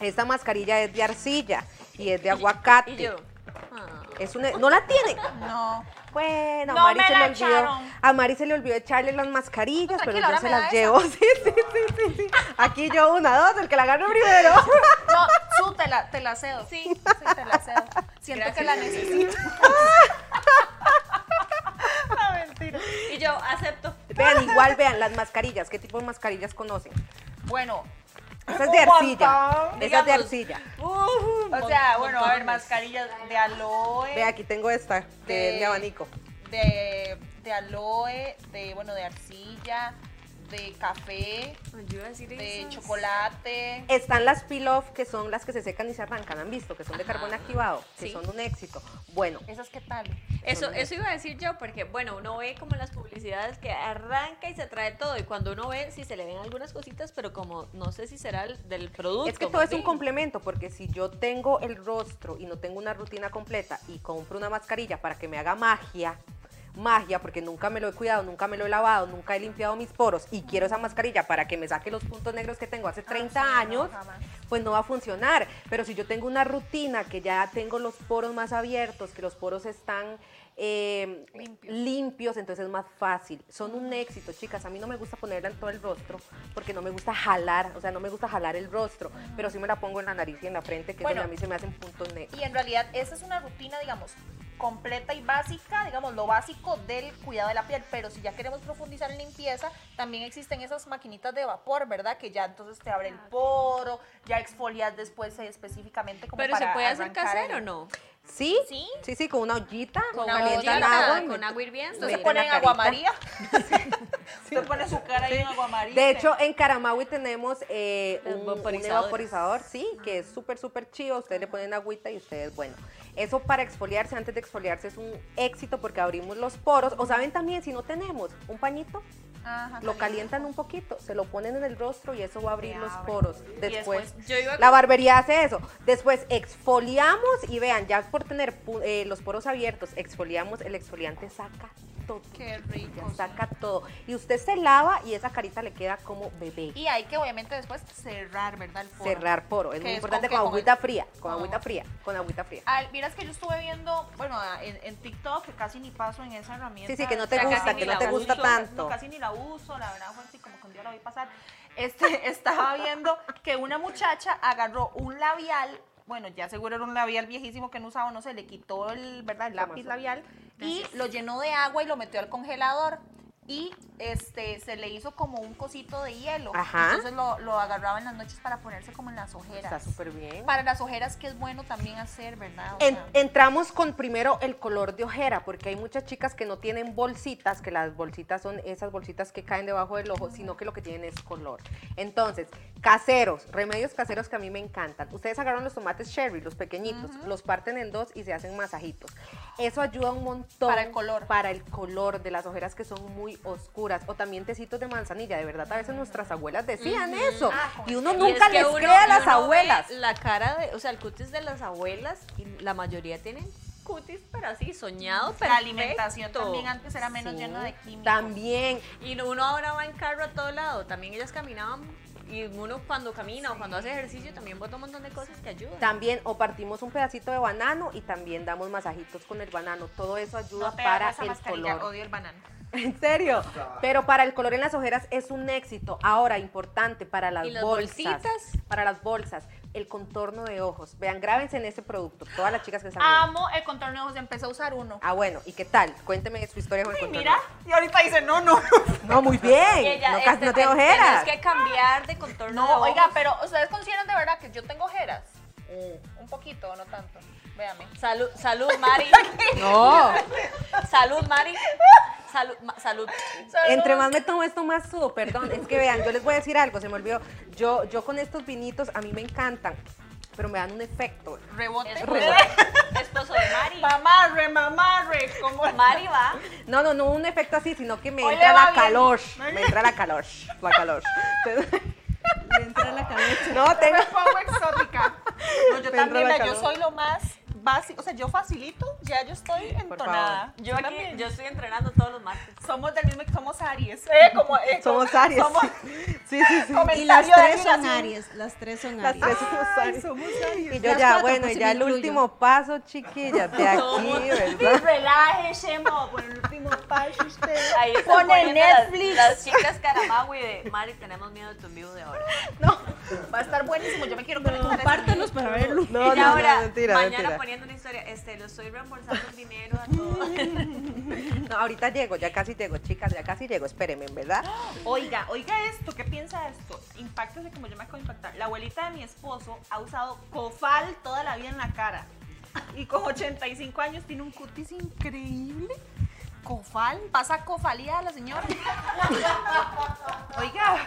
Speaker 3: Esta mascarilla es de arcilla y es de aguacate.
Speaker 1: Y yo, ah,
Speaker 3: Es una, no la tiene.
Speaker 2: No.
Speaker 3: Bueno,
Speaker 2: No
Speaker 3: a Mari
Speaker 2: me
Speaker 3: se
Speaker 2: la
Speaker 3: le olvidó.
Speaker 2: echaron. Pues
Speaker 3: A Mari se le olvidó echarle las mascarillas,
Speaker 2: No,
Speaker 3: pero
Speaker 2: tranquila,
Speaker 3: yo
Speaker 2: ahora
Speaker 3: se
Speaker 2: me
Speaker 3: las
Speaker 2: da
Speaker 3: llevo. Sí, sí, sí, sí, sí. Aquí yo una, dos, el que la gano primero.
Speaker 2: No, tú te la, te la cedo. Sí, sí, te la cedo. Siento que la necesito. La mentira.
Speaker 1: y yo acepto.
Speaker 3: Vean, igual vean las mascarillas. ¿Qué tipo de mascarillas conocen?
Speaker 2: Bueno,
Speaker 3: Esa es de
Speaker 2: Un
Speaker 3: arcilla.
Speaker 2: montón.
Speaker 3: Esa es de
Speaker 1: Digamos,
Speaker 3: arcilla.
Speaker 1: uh,
Speaker 2: o sea,
Speaker 1: mon-
Speaker 2: bueno, a ver,
Speaker 1: montones.
Speaker 2: mascarillas de aloe.
Speaker 3: Ve, aquí tengo esta, que es de
Speaker 2: de-
Speaker 3: abanico.
Speaker 2: De, de aloe, de, bueno, de arcilla, de café,
Speaker 1: Yo iba a decir
Speaker 2: de
Speaker 1: esas.
Speaker 2: chocolate.
Speaker 3: Están las peel-off, que son las que se secan y se arrancan. ¿Han visto? Que son de
Speaker 1: Ajá.
Speaker 3: carbón activado, que
Speaker 1: Sí.
Speaker 3: son un éxito. Bueno,
Speaker 2: ¿Esas qué tal?
Speaker 1: Eso, eso iba a decir yo, porque bueno, uno ve como en las publicidades que arranca y se trae todo, y cuando uno ve, sí se le ven algunas cositas, pero como no sé si será el del producto.
Speaker 3: Es que todo
Speaker 1: más
Speaker 3: es un
Speaker 1: bien.
Speaker 3: complemento, porque si yo tengo el rostro y no tengo una rutina completa y compro una mascarilla para que me haga magia, magia, porque nunca me lo he cuidado, nunca me lo he lavado, nunca he limpiado mis poros y quiero esa mascarilla para que me saque los puntos negros que tengo hace 30
Speaker 2: Ah, sí, no,
Speaker 3: años,
Speaker 2: jamás.
Speaker 3: pues no va a funcionar. Pero si yo tengo una rutina que ya tengo los poros más abiertos, que los poros están... eh,
Speaker 2: Limpios.
Speaker 3: limpios, entonces es más fácil. Son un éxito, chicas. A mí no me gusta ponerla en todo el rostro porque no me gusta jalar, o sea, no me gusta jalar el rostro, pero sí me la pongo en la nariz y en la frente, que es
Speaker 2: Bueno.
Speaker 3: donde a mí se me hacen puntos negros.
Speaker 2: Y en realidad esa es una rutina, digamos, completa y básica, digamos, lo básico del cuidado de la piel. Pero si ya queremos profundizar en limpieza, también existen esas maquinitas de vapor, ¿verdad? Que ya entonces te
Speaker 3: Ah,
Speaker 2: abre el poro, ya exfolias después eh, específicamente como
Speaker 1: Pero se
Speaker 2: para
Speaker 1: puede hacer
Speaker 2: arrancar
Speaker 1: casero,
Speaker 2: el-
Speaker 1: ¿no?
Speaker 3: ¿Sí?
Speaker 2: Sí.
Speaker 3: Sí, sí, con una ollita,
Speaker 1: Con
Speaker 3: con calientan
Speaker 1: agüita,
Speaker 3: agua. y
Speaker 1: con
Speaker 3: me-
Speaker 1: agua hirviendo.
Speaker 3: me
Speaker 1: sí.
Speaker 2: Entonces se
Speaker 3: ponen
Speaker 2: pone
Speaker 3: la
Speaker 2: en
Speaker 3: carita.
Speaker 2: agua María. Se pone su cara ahí en agua María.
Speaker 3: De hecho, en Caramaui tenemos eh,
Speaker 1: Los
Speaker 3: un, un
Speaker 1: vaporizadores.
Speaker 3: vaporizador, sí, que es súper, súper chido. Ustedes le ponen agüita y ustedes, bueno. Eso para exfoliarse, antes de exfoliarse es un éxito porque abrimos los poros. O saben también, si no tenemos un pañito,
Speaker 2: Ajá,
Speaker 3: lo calientan un poquito, se lo ponen en el rostro y eso va a abrir los poros. Después,
Speaker 2: después-
Speaker 1: Yo iba
Speaker 3: la barbería hace eso. Después exfoliamos y vean, ya por tener pu- eh, los poros abiertos, exfoliamos, el exfoliante saca todo.
Speaker 2: Qué rico.
Speaker 3: Ya saca todo. Y usted se lava y esa carita le queda como bebé.
Speaker 2: Y hay que obviamente después cerrar, ¿verdad? El poro.
Speaker 3: Cerrar poro. Es
Speaker 2: Que
Speaker 3: muy
Speaker 2: es con
Speaker 3: importante
Speaker 2: qué,
Speaker 3: con
Speaker 2: con
Speaker 3: agüita
Speaker 2: el-
Speaker 3: fría. Con
Speaker 2: Ah.
Speaker 3: agüita fría. Con agüita fría.
Speaker 2: Al, miras que yo estuve viendo, bueno, a- en, en TikTok, que casi ni paso en esa herramienta.
Speaker 3: Sí, sí, que no te
Speaker 2: O sea,
Speaker 1: gusta,
Speaker 2: casi
Speaker 1: que
Speaker 2: ni
Speaker 1: no
Speaker 2: la
Speaker 1: te
Speaker 3: gusta
Speaker 2: uso,
Speaker 3: tanto.
Speaker 2: no, casi ni la la uso, la verdad fue así como que un día la vi pasar. Este, estaba viendo que una muchacha agarró un labial, bueno, ya seguro era un labial viejísimo que no usaba, no sé, le quitó el, ¿verdad? El lápiz labial y lo llenó de agua y lo metió al congelador. Y este se le hizo como un cosito de hielo.
Speaker 3: Ajá.
Speaker 2: Entonces lo, lo agarraba en las noches para ponerse como en las
Speaker 3: Está
Speaker 2: ojeras.
Speaker 3: súper bien.
Speaker 2: Para las ojeras que es bueno también hacer, ¿verdad? O
Speaker 3: En-
Speaker 2: sea,
Speaker 3: entramos con primero el color de ojera, porque hay muchas chicas que no tienen bolsitas, que las bolsitas son esas bolsitas que caen debajo del ojo, sino que lo que tienen es color. Entonces, caseros, remedios caseros que a mí me encantan. Ustedes agarran los tomates cherry, los pequeñitos, los parten en dos y se hacen masajitos. Eso ayuda un montón
Speaker 2: Para el color.
Speaker 3: para el color de las ojeras que son muy oscuras. O también tecitos de manzanilla, de verdad, a veces nuestras abuelas decían eso.
Speaker 2: Ah, con
Speaker 3: y uno
Speaker 1: Y es
Speaker 3: nunca
Speaker 1: que
Speaker 3: les
Speaker 1: uno-
Speaker 3: cree a
Speaker 1: y
Speaker 3: las
Speaker 1: uno ve
Speaker 3: abuelas.
Speaker 1: La cara de, o sea, el cutis de las abuelas, y la mayoría tienen cutis, pero así, soñado, pero.
Speaker 2: la alimentación también antes era menos
Speaker 3: Sí,
Speaker 2: lleno de químicos.
Speaker 3: También,
Speaker 1: Y no- uno ahora va en carro a todo lado. También ellas caminaban. Y uno cuando camina o cuando hace ejercicio también bota un montón de cosas que ayudan.
Speaker 3: También o partimos un pedacito de banano y también damos masajitos con el banano. Todo eso ayuda
Speaker 2: No te
Speaker 3: para
Speaker 2: hago esa
Speaker 3: el
Speaker 2: mascarilla,
Speaker 3: color.
Speaker 2: odio el banano.
Speaker 3: En serio. Pero para el color en las ojeras es un éxito. Ahora, importante para las,
Speaker 1: ¿Y las
Speaker 3: bolsas.
Speaker 1: bolsitas?
Speaker 3: Para las bolsas. El contorno de ojos. Vean, grábense en ese producto. Todas las chicas que están. viendo.
Speaker 2: Amo el contorno de ojos, empecé a usar uno.
Speaker 3: Ah, bueno. ¿Y qué tal? Cuénteme su historia con el
Speaker 2: Ay,
Speaker 3: contorno.
Speaker 2: mira, y ahorita dice, no, no, no.
Speaker 3: No, muy bien.
Speaker 1: Y ella,
Speaker 3: no, casi
Speaker 1: este,
Speaker 3: no te
Speaker 1: ten-
Speaker 3: ojeras.
Speaker 1: Tenés que cambiar de contorno. de
Speaker 2: No,
Speaker 1: ojos.
Speaker 2: oiga, pero ¿ustedes consideran de verdad que yo tengo ojeras? Un poquito, no tanto. Véame.
Speaker 1: Salud, salud, Mari.
Speaker 3: No.
Speaker 1: salud, Mari. Salud, ma- salud.
Speaker 3: Entre más me tomo esto, más sudo, perdón. Es que vean, yo les voy a decir algo, se me olvidó. Yo, yo con estos vinitos, a mí me encantan, pero me dan un efecto.
Speaker 2: Rebote.
Speaker 1: Esposo, esposo de Mari.
Speaker 2: Mamarre, mamarre. Como
Speaker 1: Mari va.
Speaker 3: No, no, no un efecto así, sino que me
Speaker 2: Hoy
Speaker 3: entra
Speaker 2: le va
Speaker 3: la
Speaker 2: bien.
Speaker 3: calor. Me entra la calor, la calor. Entonces,
Speaker 4: Le entra la cabeza.
Speaker 3: no, tengo...
Speaker 2: me pongo exótica. No, yo
Speaker 3: Me
Speaker 2: también,
Speaker 3: entra la
Speaker 2: vea, yo
Speaker 3: calor.
Speaker 2: soy lo más básico. O sea, yo facilito, ya yo estoy entonada.
Speaker 1: Yo aquí, yo estoy entrenando todos los martes.
Speaker 2: Somos del mismo, somos Aries. Eh, como, eh,
Speaker 3: Somos
Speaker 2: como-
Speaker 3: Aries.
Speaker 2: somos-
Speaker 3: Sí, sí, sí.
Speaker 4: Y las
Speaker 2: comentario de
Speaker 4: tres
Speaker 2: Aries,
Speaker 4: son
Speaker 2: así.
Speaker 4: Aries, las tres son
Speaker 3: Las
Speaker 4: Aries.
Speaker 3: tres somos Aries. Y yo
Speaker 4: Las
Speaker 3: ya,
Speaker 4: cuatro,
Speaker 3: bueno,
Speaker 4: pues, sí
Speaker 3: ya
Speaker 4: me
Speaker 3: el
Speaker 4: incluyo.
Speaker 3: último paso, chiquillas, de aquí, ¿verdad?
Speaker 2: Relájese, mo, por el último paso usted.
Speaker 1: Ahí están
Speaker 2: Pone
Speaker 1: poniendo las-
Speaker 2: Netflix.
Speaker 1: Las, chicas Caramagui de Mari, tenemos miedo de tu en vivo de ahora.
Speaker 2: No, va a estar buenísimo. Yo me quiero conectar. a ese
Speaker 4: Compártanos para verlo.
Speaker 3: No, no,
Speaker 1: y ya
Speaker 3: no,
Speaker 1: ahora,
Speaker 3: mentira,
Speaker 1: mañana
Speaker 3: mentira.
Speaker 1: poniendo una historia, este, lo estoy reembolsando el dinero a todos.
Speaker 3: No, ahorita llego, ya casi llego, chicas, ya casi llego, espérenme, ¿verdad?
Speaker 2: Oiga, oiga esto, ¿qué piensa de esto? Impactese como yo me acabo de impactar. La abuelita de mi esposo ha usado cofal toda la vida en la cara. Y con 85 años tiene un cutis increíble. Cofal, pasa cofalía a la señora. Oiga,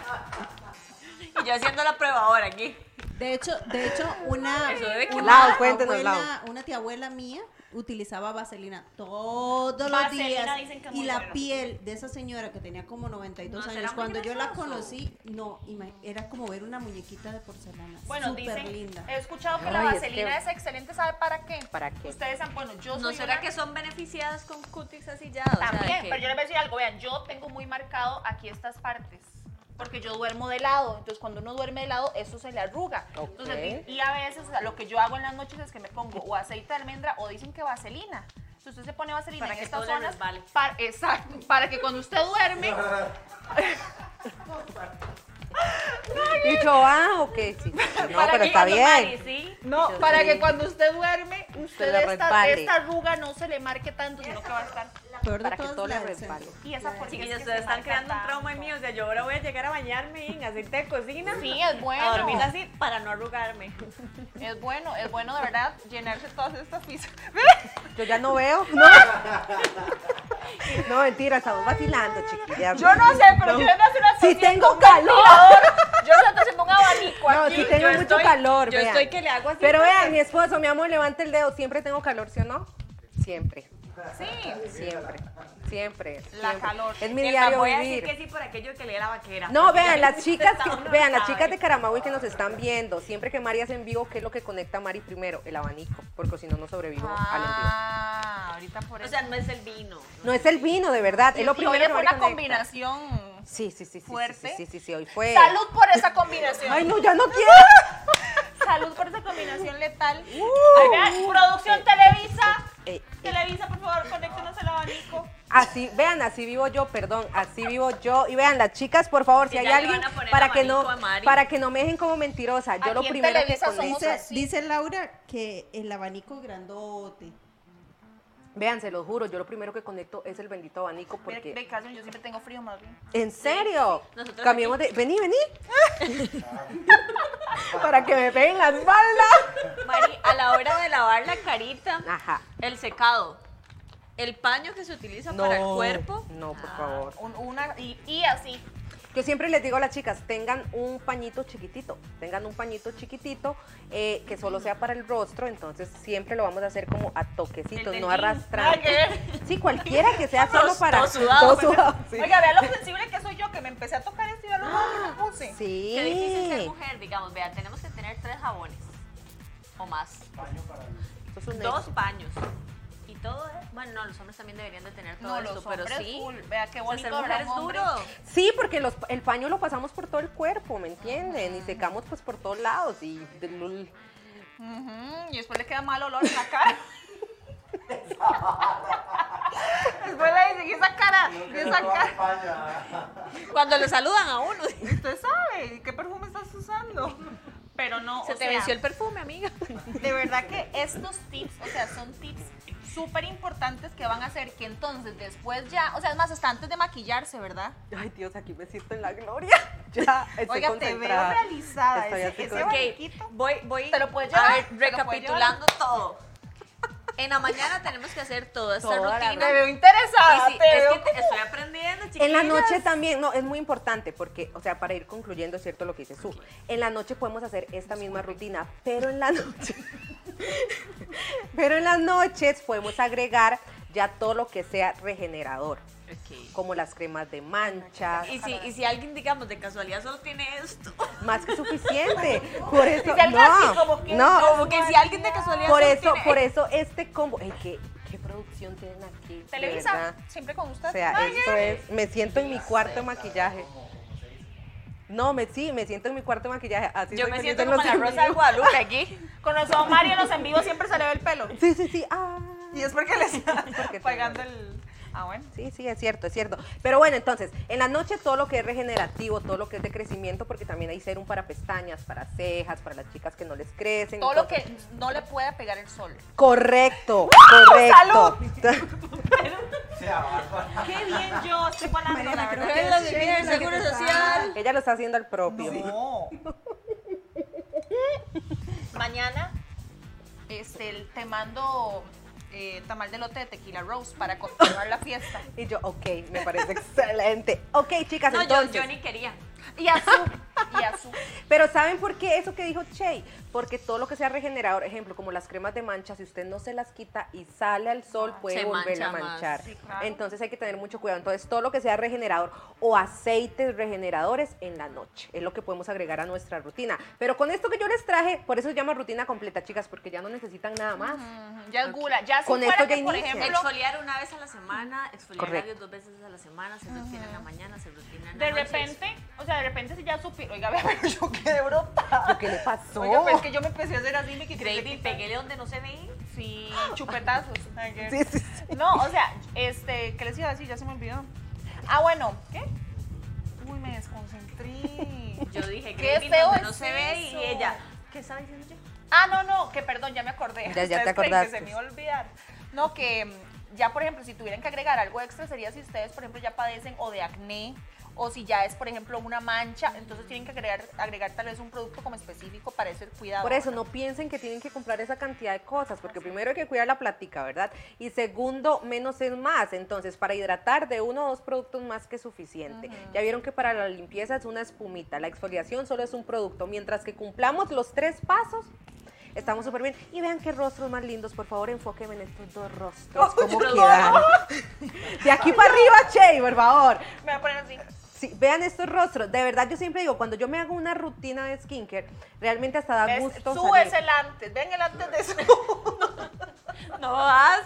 Speaker 1: Y yo haciendo la prueba ahora aquí.
Speaker 4: De hecho, de hecho, una,
Speaker 1: Eso debe
Speaker 4: una,
Speaker 3: quemar. Lau, cuéntanos,
Speaker 4: abuela- una tía abuela mía utilizaba vaselina todos los
Speaker 2: Vaselina
Speaker 4: días
Speaker 2: dicen que es
Speaker 4: y
Speaker 2: muy
Speaker 4: la
Speaker 2: bueno.
Speaker 4: piel de esa señora que tenía como 92
Speaker 1: No, será
Speaker 4: años
Speaker 1: muy
Speaker 4: cuando yo la
Speaker 1: grasoso.
Speaker 4: conocí no ima- era como ver una muñequita de porcelana
Speaker 2: bueno,
Speaker 4: súper
Speaker 2: dicen,
Speaker 4: linda
Speaker 2: he escuchado que la
Speaker 3: Ay, es
Speaker 2: vaselina es,
Speaker 3: que-
Speaker 2: excelente, ¿sabe para qué?
Speaker 3: ¿Para qué?
Speaker 2: Ustedes han, bueno, yo soy
Speaker 1: ¿No será
Speaker 2: una-
Speaker 1: que son beneficiadas con cutis así ya? O sea, de
Speaker 2: También,
Speaker 1: que-
Speaker 2: pero yo les voy a decir algo, vean, yo tengo muy marcado aquí estas partes. Porque yo duermo de lado, entonces cuando uno duerme de lado, eso se le arruga.
Speaker 3: Ok.
Speaker 2: Entonces, y a veces, o sea, lo que yo hago en las noches es que me pongo o aceite de almendra o dicen que vaselina. Entonces usted se pone vaselina
Speaker 1: Para
Speaker 2: en
Speaker 1: que
Speaker 2: estas
Speaker 1: todo le
Speaker 2: zonas.
Speaker 1: resbale.
Speaker 2: Para, exacto, para que cuando usted duerme,
Speaker 3: Y yo, ah, ok, sí. No,
Speaker 2: Para
Speaker 3: pero
Speaker 2: que
Speaker 3: está
Speaker 2: cuando
Speaker 3: bien.
Speaker 1: ¿Sí?
Speaker 2: no,
Speaker 3: Yo
Speaker 2: para
Speaker 3: sí.
Speaker 2: que cuando usted duerme, usted
Speaker 3: le
Speaker 2: esta,
Speaker 3: resbale.
Speaker 2: esta arruga no se le marque tanto, sino que va a estar.
Speaker 4: peor de
Speaker 3: Para que
Speaker 4: todas
Speaker 3: todo le
Speaker 4: la del
Speaker 3: resbale.
Speaker 4: centro.
Speaker 2: Y esa
Speaker 1: Sí, que
Speaker 2: porquería es
Speaker 1: ya
Speaker 2: que
Speaker 1: ustedes
Speaker 2: se
Speaker 1: están
Speaker 2: marca
Speaker 1: creando un trauma en
Speaker 2: tanto.
Speaker 1: mí. O sea, yo ahora voy a llegar a bañarme en aceite de cocina.
Speaker 2: Sí, es bueno.
Speaker 1: A dormir así para no arrugarme.
Speaker 2: Es bueno, es bueno de verdad llenarse todas estas pizzas.
Speaker 3: Yo ya no veo. No, no mentira, estamos vacilando, chiquillas.
Speaker 2: Yo no sé, pero yo no sé una
Speaker 3: Si
Speaker 2: serie
Speaker 3: tengo
Speaker 2: con
Speaker 3: calor.
Speaker 2: ventilador. Yo no sé si pongo abanico
Speaker 3: No,
Speaker 2: aquí.
Speaker 3: si tengo
Speaker 1: yo
Speaker 3: mucho
Speaker 1: estoy-
Speaker 3: calor,
Speaker 1: yo
Speaker 3: vean.
Speaker 1: estoy que le hago así.
Speaker 3: Pero vean, mi esposo, mi amor, levanta el dedo. Siempre tengo calor, ¿sí o no? Siempre,
Speaker 2: Sí.
Speaker 3: siempre, siempre.
Speaker 2: La
Speaker 3: siempre.
Speaker 2: calor.
Speaker 3: Es mi
Speaker 1: Epa,
Speaker 3: diario
Speaker 1: voy a decir que
Speaker 3: vivir.
Speaker 1: sí por aquello que le la vaquera.
Speaker 3: No, vean, las chicas,
Speaker 1: Está uno
Speaker 3: que, vean, las
Speaker 1: sabe.
Speaker 3: chicas de Caramaui que nos están viendo, siempre que Mari hace en vivo, ¿qué es lo que conecta a Mari primero? El abanico, porque si no, no sobrevivo al envío.
Speaker 2: Ah, ahorita por
Speaker 1: O
Speaker 2: eso.
Speaker 1: sea, no es el vino.
Speaker 3: No es el vino, de verdad, es lo
Speaker 2: Y hoy
Speaker 3: primero que
Speaker 2: fue
Speaker 3: Mari
Speaker 2: una
Speaker 3: conecta.
Speaker 2: combinación.
Speaker 3: Sí, sí, sí, sí, sí, sí,
Speaker 2: fuerte.
Speaker 3: sí, sí, sí, hoy fue.
Speaker 2: Salud por esa combinación.
Speaker 3: Ay, no, ya no quiero.
Speaker 2: Salud por esa combinación letal. Ay, vean, producción Televisa.
Speaker 3: Eh, eh.
Speaker 2: Televisa, por favor, conéctenos al abanico.
Speaker 3: Así, vean, así vivo yo, perdón, así vivo yo. Y vean, las chicas, por favor, si
Speaker 1: Y
Speaker 3: hay
Speaker 1: ya le
Speaker 3: alguien
Speaker 1: van a poner
Speaker 3: para que no
Speaker 1: abanico a Mari.
Speaker 3: para que no me dejen como mentirosa, yo
Speaker 2: Aquí
Speaker 3: lo
Speaker 2: en
Speaker 3: primero que
Speaker 2: Televisa
Speaker 3: conozco-
Speaker 2: somos
Speaker 4: Dice,
Speaker 2: así.
Speaker 4: dice Laura que el abanico grandote.
Speaker 3: Vean, se los juro, yo lo primero que conecto es el bendito abanico
Speaker 2: Ve,
Speaker 3: porque
Speaker 2: ve, Carmen, yo siempre tengo frío, más bien.
Speaker 3: ¿En serio?
Speaker 1: nosotros
Speaker 3: Cambiemos de. Vení, vení. Para que me peguen la espalda.
Speaker 1: Mari, a la hora de lavar la carita,
Speaker 3: Ajá.
Speaker 1: el secado, el paño que se utiliza para el cuerpo. Ah.
Speaker 3: No, por favor.
Speaker 2: Un- una, y, y así.
Speaker 3: Yo siempre les digo a las chicas, tengan un pañito chiquitito, tengan un pañito chiquitito eh, que solo sea para el rostro, entonces siempre lo vamos a hacer como a toquecitos,
Speaker 1: El
Speaker 3: no
Speaker 1: delfín.
Speaker 3: arrastrar.
Speaker 2: Nada que ver.
Speaker 3: Sí, cualquiera que sea solo
Speaker 1: Todo-
Speaker 3: para
Speaker 1: todo sudado,
Speaker 3: todo sudado, sí.
Speaker 2: Oiga, vea lo sensible que soy yo, que me empecé a tocar esto y vea lo malo que me puse.
Speaker 3: Sí.
Speaker 1: Qué difícil ser mujer, digamos. Vea, tenemos que tener tres jabones o más.
Speaker 3: Eso es un
Speaker 1: Dos paños. Y todo es. Bueno, no, los hombres también deberían de tener todo
Speaker 2: No,
Speaker 1: esto,
Speaker 2: los
Speaker 1: pero
Speaker 2: hombres
Speaker 1: sí.
Speaker 2: full. Vea qué
Speaker 1: o sea, ser
Speaker 2: bonito
Speaker 1: mujer
Speaker 2: habrá
Speaker 1: es
Speaker 2: un hombre.
Speaker 1: duro.
Speaker 3: Sí, porque los- el paño lo pasamos por todo el cuerpo, ¿me entienden? Y secamos pues por todos lados y de- lul-
Speaker 2: Ujú, Y después le queda mal olor en la cara. después le dicen, "¿Y esa cara? ¿Y esa cara?
Speaker 1: Cuando lo saludan a uno,
Speaker 2: Usted sabe qué perfume estás usando. Pero no,
Speaker 1: se
Speaker 2: o
Speaker 1: te
Speaker 2: sea,
Speaker 1: venció el perfume, amiga.
Speaker 2: de verdad que estos tips, o sea, son tips súper importantes que van a hacer que entonces después ya, o sea, es más, hasta antes de maquillarse, ¿verdad?
Speaker 3: Ay, Dios, aquí me siento en la gloria. Ya, estoy
Speaker 2: Oiga, te veo
Speaker 3: concentrada.
Speaker 2: realizada.
Speaker 3: Estoy
Speaker 2: ese-
Speaker 3: así
Speaker 2: ese
Speaker 3: con-
Speaker 2: abanico.
Speaker 1: Ok, voy, voy
Speaker 2: Te lo puedes
Speaker 1: a
Speaker 2: llevar,
Speaker 1: ver,
Speaker 2: te lo puedes
Speaker 1: recapitulando todo. En la mañana tenemos que hacer toda esta
Speaker 3: Toda la
Speaker 1: rutina.
Speaker 2: Te veo interesada,
Speaker 1: Y sí,
Speaker 2: te
Speaker 1: es
Speaker 2: veo
Speaker 1: que te- estoy aprendiendo, chiquillas.
Speaker 3: En la noche también, no, es muy importante porque, o sea, para ir concluyendo, es cierto lo que dice Su, en la noche podemos hacer esta misma rutina, pero en la noche, pero en las noches podemos agregar ya todo lo que sea regenerador,
Speaker 1: Ok.
Speaker 3: como las cremas de manchas,
Speaker 1: Y si, y si alguien, digamos, de casualidad solo tiene esto.
Speaker 3: más que suficiente. Por eso,
Speaker 2: Y salga así, como que-
Speaker 3: no, no,
Speaker 1: Como que si alguien de casualidad
Speaker 3: por
Speaker 1: solo
Speaker 3: eso,
Speaker 1: tiene-
Speaker 3: por eso este combo, ey, ¿qué, qué producción tienen aquí? de
Speaker 2: Televisa,
Speaker 3: verdad.
Speaker 2: siempre con usted.
Speaker 3: O sea,
Speaker 2: Ay,
Speaker 3: esto es, me siento en mi cuarto de maquillaje. No, me, sí, me siento en mi cuarto de maquillaje. Así
Speaker 1: Yo
Speaker 3: soy
Speaker 1: me
Speaker 3: feliz
Speaker 1: siento
Speaker 3: en
Speaker 1: como
Speaker 3: los
Speaker 1: la
Speaker 3: en
Speaker 1: Rosa de
Speaker 3: vivo.
Speaker 1: Guadalupe aquí.
Speaker 2: Con razón, Mario en los en vivo siempre se le ve el pelo.
Speaker 3: Sí, sí, sí. Ah.
Speaker 2: Y es porque le está
Speaker 3: te
Speaker 2: pagando
Speaker 3: duele.
Speaker 2: el. Ah, bueno.
Speaker 3: Sí, sí, es cierto, es cierto. Pero bueno, entonces, en la noche todo lo que es regenerativo, todo lo que es de crecimiento, porque también hay serum para pestañas, para cejas, para las chicas que no les crecen.
Speaker 2: Todo lo
Speaker 3: entonces-
Speaker 2: que no le puede pegar el sol.
Speaker 3: Correcto, correcto.
Speaker 2: Qué bien yo estoy ganando, la
Speaker 4: creo
Speaker 2: verdad.
Speaker 4: que
Speaker 1: Reglas
Speaker 4: es
Speaker 1: de
Speaker 4: Sheila
Speaker 1: vida del
Speaker 4: la que
Speaker 1: Seguro
Speaker 4: te está-
Speaker 1: Social.
Speaker 3: Ella lo está haciendo al propio.
Speaker 2: No. Mañana este, el- te mando eh, tamal de lote de tequila rose para continuar la fiesta.
Speaker 3: Y yo, ok, me parece excelente. Ok, chicas,
Speaker 1: No, yo,
Speaker 3: entonces.
Speaker 1: yo ni quería.
Speaker 2: Y azú. Y azú.
Speaker 3: Pero ¿saben por qué eso que dijo Che? Porque todo lo que sea regenerador, ejemplo, como las cremas de mancha, si usted no se las quita y sale al sol, puede
Speaker 1: Ah, Se
Speaker 3: volver a
Speaker 1: mancha más.
Speaker 3: manchar.
Speaker 2: Sí, claro.
Speaker 3: Entonces hay que tener mucho cuidado. Entonces, todo lo que sea regenerador o aceites regeneradores en la noche es lo que podemos agregar a nuestra rutina. Pero con esto que yo les traje, por eso se llama rutina completa, chicas, porque ya no necesitan nada más.
Speaker 2: Ujú, mm, Ya es gula. Ya si
Speaker 3: Con
Speaker 2: fuera
Speaker 3: esto ya
Speaker 2: que, por
Speaker 3: inicia.
Speaker 2: ejemplo,
Speaker 1: Exfoliar una vez a la semana, exfoliar
Speaker 3: Correcto.
Speaker 1: labios dos veces a la semana, se rutina en la mañana, se rutina en la
Speaker 2: de
Speaker 1: noche.
Speaker 2: repente, o sea, de repente si ya supiera. Oiga, vea, pero yo quedé brotada.
Speaker 3: ¿Qué le pasó?
Speaker 2: Oiga, pero es que yo me empecé a hacer así, me quité.
Speaker 1: Grady, peguele donde no se ve.
Speaker 2: Sí, chupetazos. Ayer.
Speaker 3: Sí, sí, sí.
Speaker 2: No, o sea, este, ¿qué les iba a decir? Ya se me olvidó. Ah, bueno, ¿qué? Uy, me desconcentré.
Speaker 1: Yo dije,
Speaker 2: Qué
Speaker 1: Grady,
Speaker 2: feo
Speaker 1: donde no
Speaker 2: es
Speaker 1: se ve. Y
Speaker 2: eso.
Speaker 1: ella, ¿qué estaba diciendo yo?
Speaker 2: Ah, no, no, que perdón, ya me acordé.
Speaker 3: Ya- ya
Speaker 2: Ustedes
Speaker 3: te
Speaker 2: creen
Speaker 3: acordaste.
Speaker 2: Que se me iba a olvidar. No, que mm, ya, por ejemplo, si tuvieran que agregar algo extra sería si ustedes, por ejemplo, ya padecen o de acné o si ya es, por ejemplo, una mancha, entonces tienen que agregar, agregar tal vez un producto como específico para ese cuidado.
Speaker 3: Por eso, no piensen que tienen que comprar esa cantidad de cosas, porque primero hay que cuidar la plática, ¿verdad? Y segundo, menos es más. Entonces, para hidratar de uno o dos productos más que suficiente. Ya vieron que para la limpieza es una espumita, la exfoliación solo es un producto. Mientras que cumplamos los tres pasos, estamos súper bien. Y vean qué rostros más lindos, por favor, enfóquenme en estos dos rostros. ¿Cómo
Speaker 1: Dios.
Speaker 3: quedan? De aquí para arriba, Che, por favor.
Speaker 2: Me voy a poner así.
Speaker 3: Sí, vean estos rostros. De verdad, yo siempre digo, cuando yo me hago una rutina de skincare, realmente hasta da
Speaker 2: Es-
Speaker 3: gusto.
Speaker 2: Subes
Speaker 3: salir.
Speaker 2: el antes, ven el antes de eso.
Speaker 1: No vas.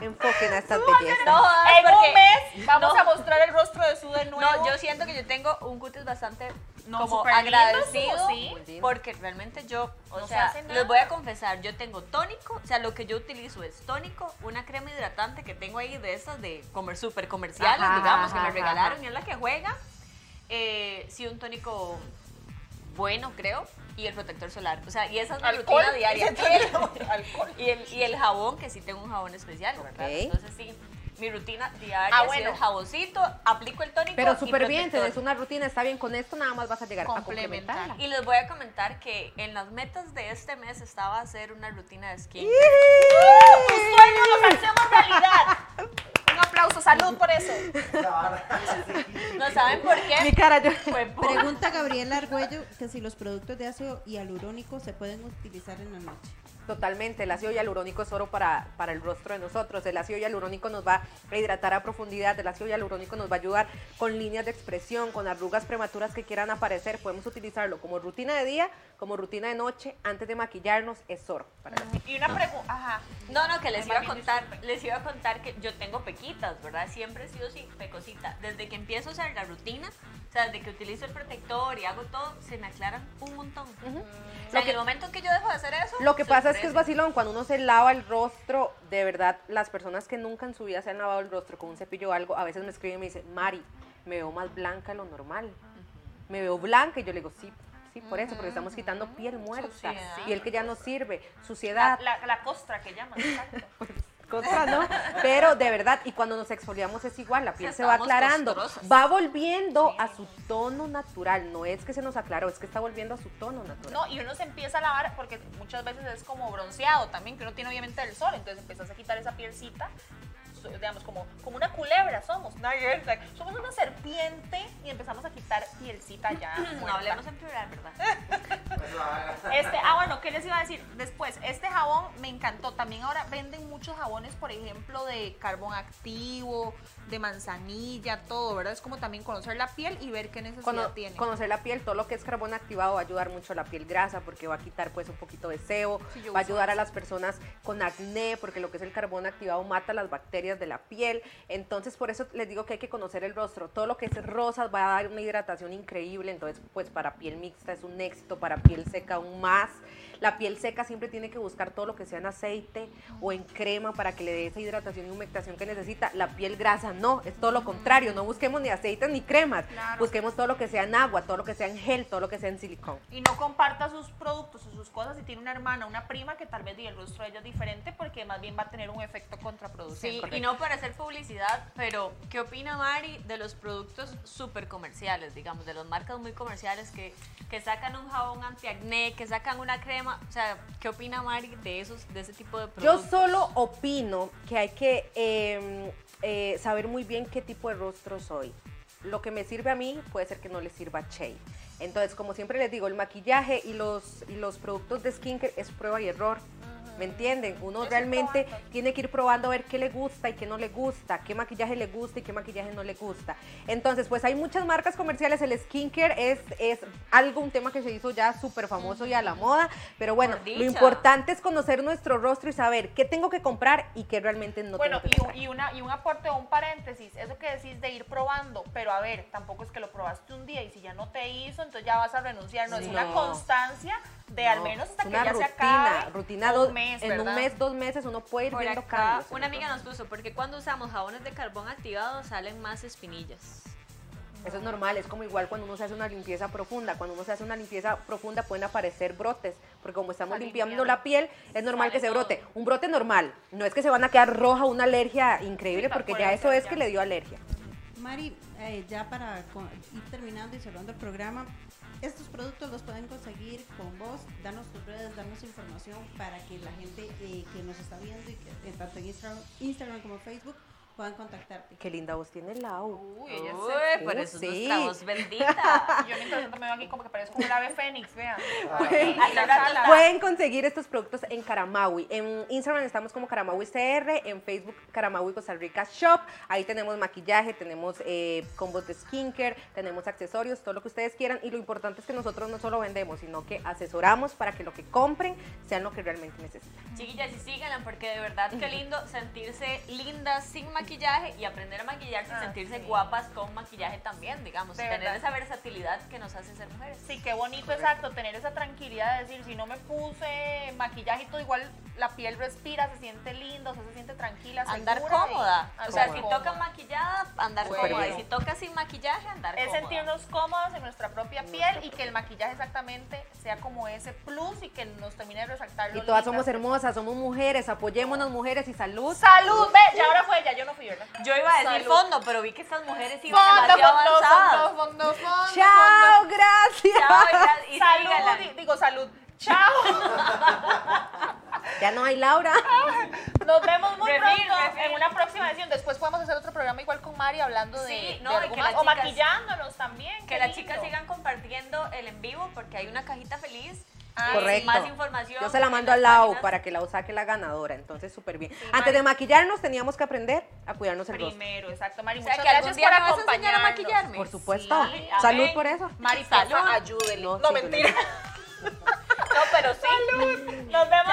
Speaker 3: Enfoquen a estas bellezas.
Speaker 1: No vas.
Speaker 2: En
Speaker 1: porque-
Speaker 2: un mes vamos
Speaker 1: No.
Speaker 2: a mostrar el rostro de su de nuevo.
Speaker 1: No, yo siento que yo tengo un cutis bastante
Speaker 2: No,
Speaker 1: como
Speaker 2: súper lindo,
Speaker 1: agradecido
Speaker 2: sí.
Speaker 3: Muy lindo.
Speaker 1: porque realmente yo, o
Speaker 2: No se
Speaker 1: sea,
Speaker 2: hace nada.
Speaker 1: les voy a confesar, yo tengo tónico, o sea, lo que yo utilizo es tónico, una crema hidratante que tengo ahí de esas de comer super comerciales,
Speaker 3: Ajá,
Speaker 1: digamos, que
Speaker 3: ajá,
Speaker 1: me
Speaker 3: ajá,
Speaker 1: regalaron
Speaker 3: ajá.
Speaker 1: y es la que juega. Eh, sí, un tónico bueno, creo, y el protector solar. O sea, y esa es mi
Speaker 2: Alcohol,
Speaker 1: rutina diaria.
Speaker 2: ese tónico, alcohol.
Speaker 1: Y el, y el jabón, que sí tengo un jabón especial, ¿verdad?
Speaker 3: Ok.
Speaker 1: Entonces sí, mi rutina diaria
Speaker 2: Ah,
Speaker 1: sí
Speaker 2: bueno.
Speaker 1: es jaboncito, aplico el tónico
Speaker 3: Pero
Speaker 1: y
Speaker 3: súper bien,
Speaker 1: protector.
Speaker 3: tenés una rutina, está bien, con esto nada más vas a llegar
Speaker 2: Complementar.
Speaker 3: a complementarla.
Speaker 1: Y les voy a comentar que en las metas de este mes estaba hacer una rutina de skin.
Speaker 2: ¡Tus sueños los hacemos realidad! Un aplauso, salud por eso.
Speaker 5: La vara.
Speaker 1: ¿No saben por
Speaker 3: Mi
Speaker 1: qué?
Speaker 3: cara, yo...
Speaker 1: Fue por-
Speaker 4: Pregunta Gabriela Argüello que si los productos de ácido hialurónico se pueden utilizar en la noche.
Speaker 3: Totalmente, el ácido hialurónico es oro para, para el rostro de nosotros. El ácido hialurónico nos va a hidratar a profundidad, el ácido hialurónico nos va a ayudar con líneas de expresión, con arrugas prematuras que quieran aparecer. Podemos utilizarlo como rutina de día, como rutina de noche, antes de maquillarnos, es oro. Para la-
Speaker 2: Y una pregunta, ajá.
Speaker 1: No, no, que les
Speaker 2: Más
Speaker 1: iba a
Speaker 2: bien
Speaker 1: contar, les iba a contar que yo tengo pequitas, ¿verdad? Siempre he sido sin pecosita. Desde que empiezo a usar la rutina, o sea, desde que utilizo el protector y hago todo, se me aclaran un montón. O sea,
Speaker 3: Lo que-
Speaker 1: en el momento que yo dejo de hacer eso,
Speaker 3: Lo que
Speaker 1: se
Speaker 3: pasa es que es
Speaker 1: oscurece.
Speaker 3: vacilón, cuando uno se lava el rostro, de verdad, las personas que nunca en su vida se han lavado el rostro con un cepillo o algo, a veces me escriben y me dicen, Mari, me veo más blanca de lo normal. Me veo blanca y yo le digo, sí, sí, por eso, porque estamos quitando piel muerta,
Speaker 1: Suciedad.
Speaker 3: piel que ya no sirve,
Speaker 2: La,
Speaker 3: suciedad,
Speaker 2: la, la costra que llaman, exacto.
Speaker 3: cosas, ¿no? Pero de verdad, y cuando nos exfoliamos es igual, la piel se va
Speaker 1: Estamos
Speaker 3: aclarando,
Speaker 1: costrosas.
Speaker 3: va volviendo a su tono natural, no es que se nos aclaró, es que está volviendo a su tono natural.
Speaker 2: No, y uno se empieza a lavar porque muchas veces es como bronceado también, que uno tiene obviamente el sol, entonces empiezas a quitar esa pielcita, so- digamos, como, como una culebra somos, ¿no? somos una serpiente y empezamos a quitar pielcita ya.
Speaker 1: No
Speaker 2: muerta.
Speaker 1: hablemos en plural, ¿verdad?
Speaker 5: La vara.
Speaker 2: Este, ah, bueno, ¿qué les iba a decir? Después, este jabón me encantó. También ahora venden muchos jabones, por ejemplo, de carbón activo, de manzanilla, todo, ¿verdad? Es como también conocer la piel y ver qué necesidad
Speaker 3: Cono-
Speaker 2: tiene.
Speaker 3: Conocer la piel, todo lo que es carbón activado va a ayudar mucho a la piel grasa porque va a quitar pues un poquito de sebo,
Speaker 2: Sí, yo
Speaker 3: va a
Speaker 2: uso
Speaker 3: ayudar a las personas con acné porque lo que es el carbón activado mata las bacterias de la piel. Entonces por eso les digo que hay que conocer el rostro. Todo lo que es rosas va a dar una hidratación increíble. Entonces pues para piel mixta es un éxito, para piel seca aún más. La piel seca siempre tiene que buscar todo lo que sea en aceite o en crema para que le dé esa hidratación y humectación que necesita. La piel grasa no, es todo lo contrario. No busquemos ni aceites ni cremas.
Speaker 2: Claro.
Speaker 3: Busquemos todo lo que sea en agua, todo lo que sea en gel, todo lo que sea en silicón.
Speaker 2: Y no comparta sus productos o sus cosas si tiene una hermana, una prima, que tal vez diga el rostro de ella es diferente, porque más bien va a tener un efecto contraproducente.
Speaker 1: Sí,
Speaker 3: correcto.
Speaker 1: y no para hacer publicidad, pero ¿qué opina Mari de los productos súper comerciales, digamos, de las marcas muy comerciales que, que sacan un jabón antiacné, que sacan una crema? O sea, ¿qué opina Mari de esos, de ese tipo de
Speaker 3: Yo
Speaker 1: productos?
Speaker 3: solo opino que hay que eh, eh, saber muy bien qué tipo de rostro soy. Lo que me sirve a mí puede ser que no le sirva a Che. Entonces, como siempre les digo, el maquillaje y los, y los productos de skincare es prueba y error. ¿Me entienden? Uno
Speaker 2: Yo estoy
Speaker 3: realmente
Speaker 2: probando.
Speaker 3: tiene que ir probando a ver qué le gusta y qué no le gusta, qué maquillaje le gusta y qué maquillaje no le gusta. Entonces, pues hay muchas marcas comerciales, el skincare es, es algo, un tema que se hizo ya súper famoso y a la moda, pero bueno,
Speaker 1: Por
Speaker 3: lo
Speaker 1: dicha.
Speaker 3: importante importante es conocer nuestro rostro y saber qué tengo que comprar y qué realmente no
Speaker 2: bueno,
Speaker 3: tengo
Speaker 2: y
Speaker 3: que
Speaker 2: un,
Speaker 3: comprar.
Speaker 2: y una, y un aporte o un paréntesis, eso que decís de ir probando, pero a ver, tampoco es que lo probaste un día y si ya no te hizo, entonces ya vas a renunciar, no, es
Speaker 3: Sí.
Speaker 2: una
Speaker 3: No.
Speaker 2: constancia de al
Speaker 3: No,
Speaker 2: menos hasta
Speaker 3: es
Speaker 2: que
Speaker 3: una
Speaker 2: ya
Speaker 3: rutina,
Speaker 2: se acabe
Speaker 3: rutina
Speaker 2: un
Speaker 3: dos-
Speaker 2: mes,
Speaker 3: en un
Speaker 2: ¿verdad?
Speaker 3: mes, dos meses uno puede ir
Speaker 1: Por
Speaker 3: viendo
Speaker 1: acá,
Speaker 3: cambios. en
Speaker 1: una
Speaker 3: el
Speaker 1: amiga nos
Speaker 3: rostro.
Speaker 1: puso, porque cuando usamos jabones de carbón activado salen más espinillas.
Speaker 3: Eso es normal, es como igual cuando uno se hace una limpieza profunda. Cuando uno se hace una limpieza profunda pueden aparecer brotes, porque como estamos
Speaker 2: Está
Speaker 3: limpiando
Speaker 2: limpiando.
Speaker 3: la piel, es normal
Speaker 2: Sale
Speaker 3: que se
Speaker 2: todo.
Speaker 3: brote. Un brote normal, no es que se van a quedar roja una alergia increíble,
Speaker 2: Sí,
Speaker 3: porque
Speaker 2: puede
Speaker 3: ya
Speaker 2: ser
Speaker 3: eso es
Speaker 2: ya.
Speaker 3: que le dio alergia.
Speaker 4: Mari, eh, ya para co- ir terminando y cerrando el programa, estos productos los pueden conseguir con vos. Danos tus redes, danos información para que la gente eh, que nos está viendo, y que, eh, tanto en Instagram, Instagram como Facebook, puedan contactarte.
Speaker 3: Qué linda voz tiene Lau.
Speaker 2: Uy, ella es sexy.
Speaker 1: Uy, por
Speaker 3: Uh,
Speaker 1: eso es
Speaker 3: sí.
Speaker 1: nuestra voz bendita.
Speaker 2: Yo mientras tanto me veo aquí como que parezco un ave fénix, vean.
Speaker 3: Ah.
Speaker 1: Al rato está-
Speaker 3: Pueden conseguir estos productos en Caramaui. En Instagram estamos como Caramaui CR, en Facebook Caramaui Costa Rica Shop. Ahí tenemos maquillaje, tenemos eh, combos de skincare, tenemos accesorios, todo lo que ustedes quieran. Y lo importante es que nosotros no solo vendemos, sino que asesoramos para que lo que compren sean lo que realmente necesitan.
Speaker 1: Chiquillas, y síganla, porque de verdad qué lindo sentirse lindas, sin maquillaje y aprender a maquillarse
Speaker 2: Ah,
Speaker 1: y sentirse
Speaker 2: sí.
Speaker 1: guapas con maquillaje también, digamos,
Speaker 2: De
Speaker 1: y tener
Speaker 2: verdad.
Speaker 1: esa versatilidad que nos hace ser mujeres.
Speaker 2: Sí, qué bonito, exacto, tener esa tranquilidad de decir, si no me puse maquillaje y todo, igual la piel respira, se siente lindo, o sea, se siente tranquila,
Speaker 1: Andar
Speaker 2: segura y-
Speaker 1: cómoda. O sea,
Speaker 2: Andar
Speaker 1: si
Speaker 2: cómoda.
Speaker 1: toca maquillada, andar
Speaker 2: Bueno.
Speaker 1: cómoda. Y si toca sin maquillaje, andar
Speaker 2: Es
Speaker 1: cómoda.
Speaker 2: sentirnos cómodos en nuestra propia piel y que el maquillaje exactamente sea como ese plus y que nos termine de resaltar
Speaker 3: Y
Speaker 2: lo lindas
Speaker 3: todas somos
Speaker 2: que-
Speaker 3: hermosas, somos mujeres, apoyémonos mujeres y salud.
Speaker 2: ¡Salud! Ve, ya ahora fue ella, yo no fui, ¿verdad?
Speaker 1: Yo iba a decir
Speaker 2: Salud.
Speaker 1: fondo, pero vi que estas mujeres iban
Speaker 2: Fondo,
Speaker 1: demasiado
Speaker 2: fondo,
Speaker 1: avanzadas.
Speaker 2: fondo, fondo, fondo,
Speaker 3: Chao, gracias.
Speaker 1: Chao, gracias. Y síganla.
Speaker 2: Salud, di- digo salud. Chao.
Speaker 3: Ya no hay Laura.
Speaker 2: Nos vemos muy
Speaker 1: Refil,
Speaker 2: pronto
Speaker 1: refil.
Speaker 2: en una próxima edición. Después podemos hacer otro programa igual con Mari hablando de,
Speaker 1: Sí,
Speaker 2: de
Speaker 1: no, y
Speaker 2: algo
Speaker 1: que
Speaker 2: más.
Speaker 1: las
Speaker 2: o
Speaker 1: chicas-
Speaker 2: maquillándonos también.
Speaker 1: Que
Speaker 2: qué
Speaker 1: las
Speaker 2: lindo.
Speaker 1: chicas sigan compartiendo el en vivo porque hay una cajita feliz.
Speaker 2: Ah,
Speaker 1: eh,
Speaker 3: Correcto.
Speaker 1: Más información.
Speaker 3: Yo se la mando
Speaker 1: en
Speaker 3: al
Speaker 1: las
Speaker 3: lado
Speaker 1: páginas.
Speaker 3: para que la saque la ganadora. Entonces, súper bien.
Speaker 2: Mari.
Speaker 3: Antes de maquillarnos, teníamos que aprender a cuidarnos el rostro.
Speaker 2: Primero, exacto, Mari.
Speaker 1: O sea,
Speaker 2: Muchas
Speaker 1: que algún
Speaker 2: gracias
Speaker 1: día
Speaker 2: por
Speaker 1: me vas a enseñar a
Speaker 2: acompañarnos.
Speaker 1: maquillarme.
Speaker 3: Por supuesto.
Speaker 1: Sí,
Speaker 3: salud
Speaker 1: amén.
Speaker 3: por eso.
Speaker 2: Mari,
Speaker 1: Salud.
Speaker 2: porfa, ayúdenlo.
Speaker 3: No,
Speaker 2: No,
Speaker 3: sí,
Speaker 2: mentira. No, pero sí. Nos vemos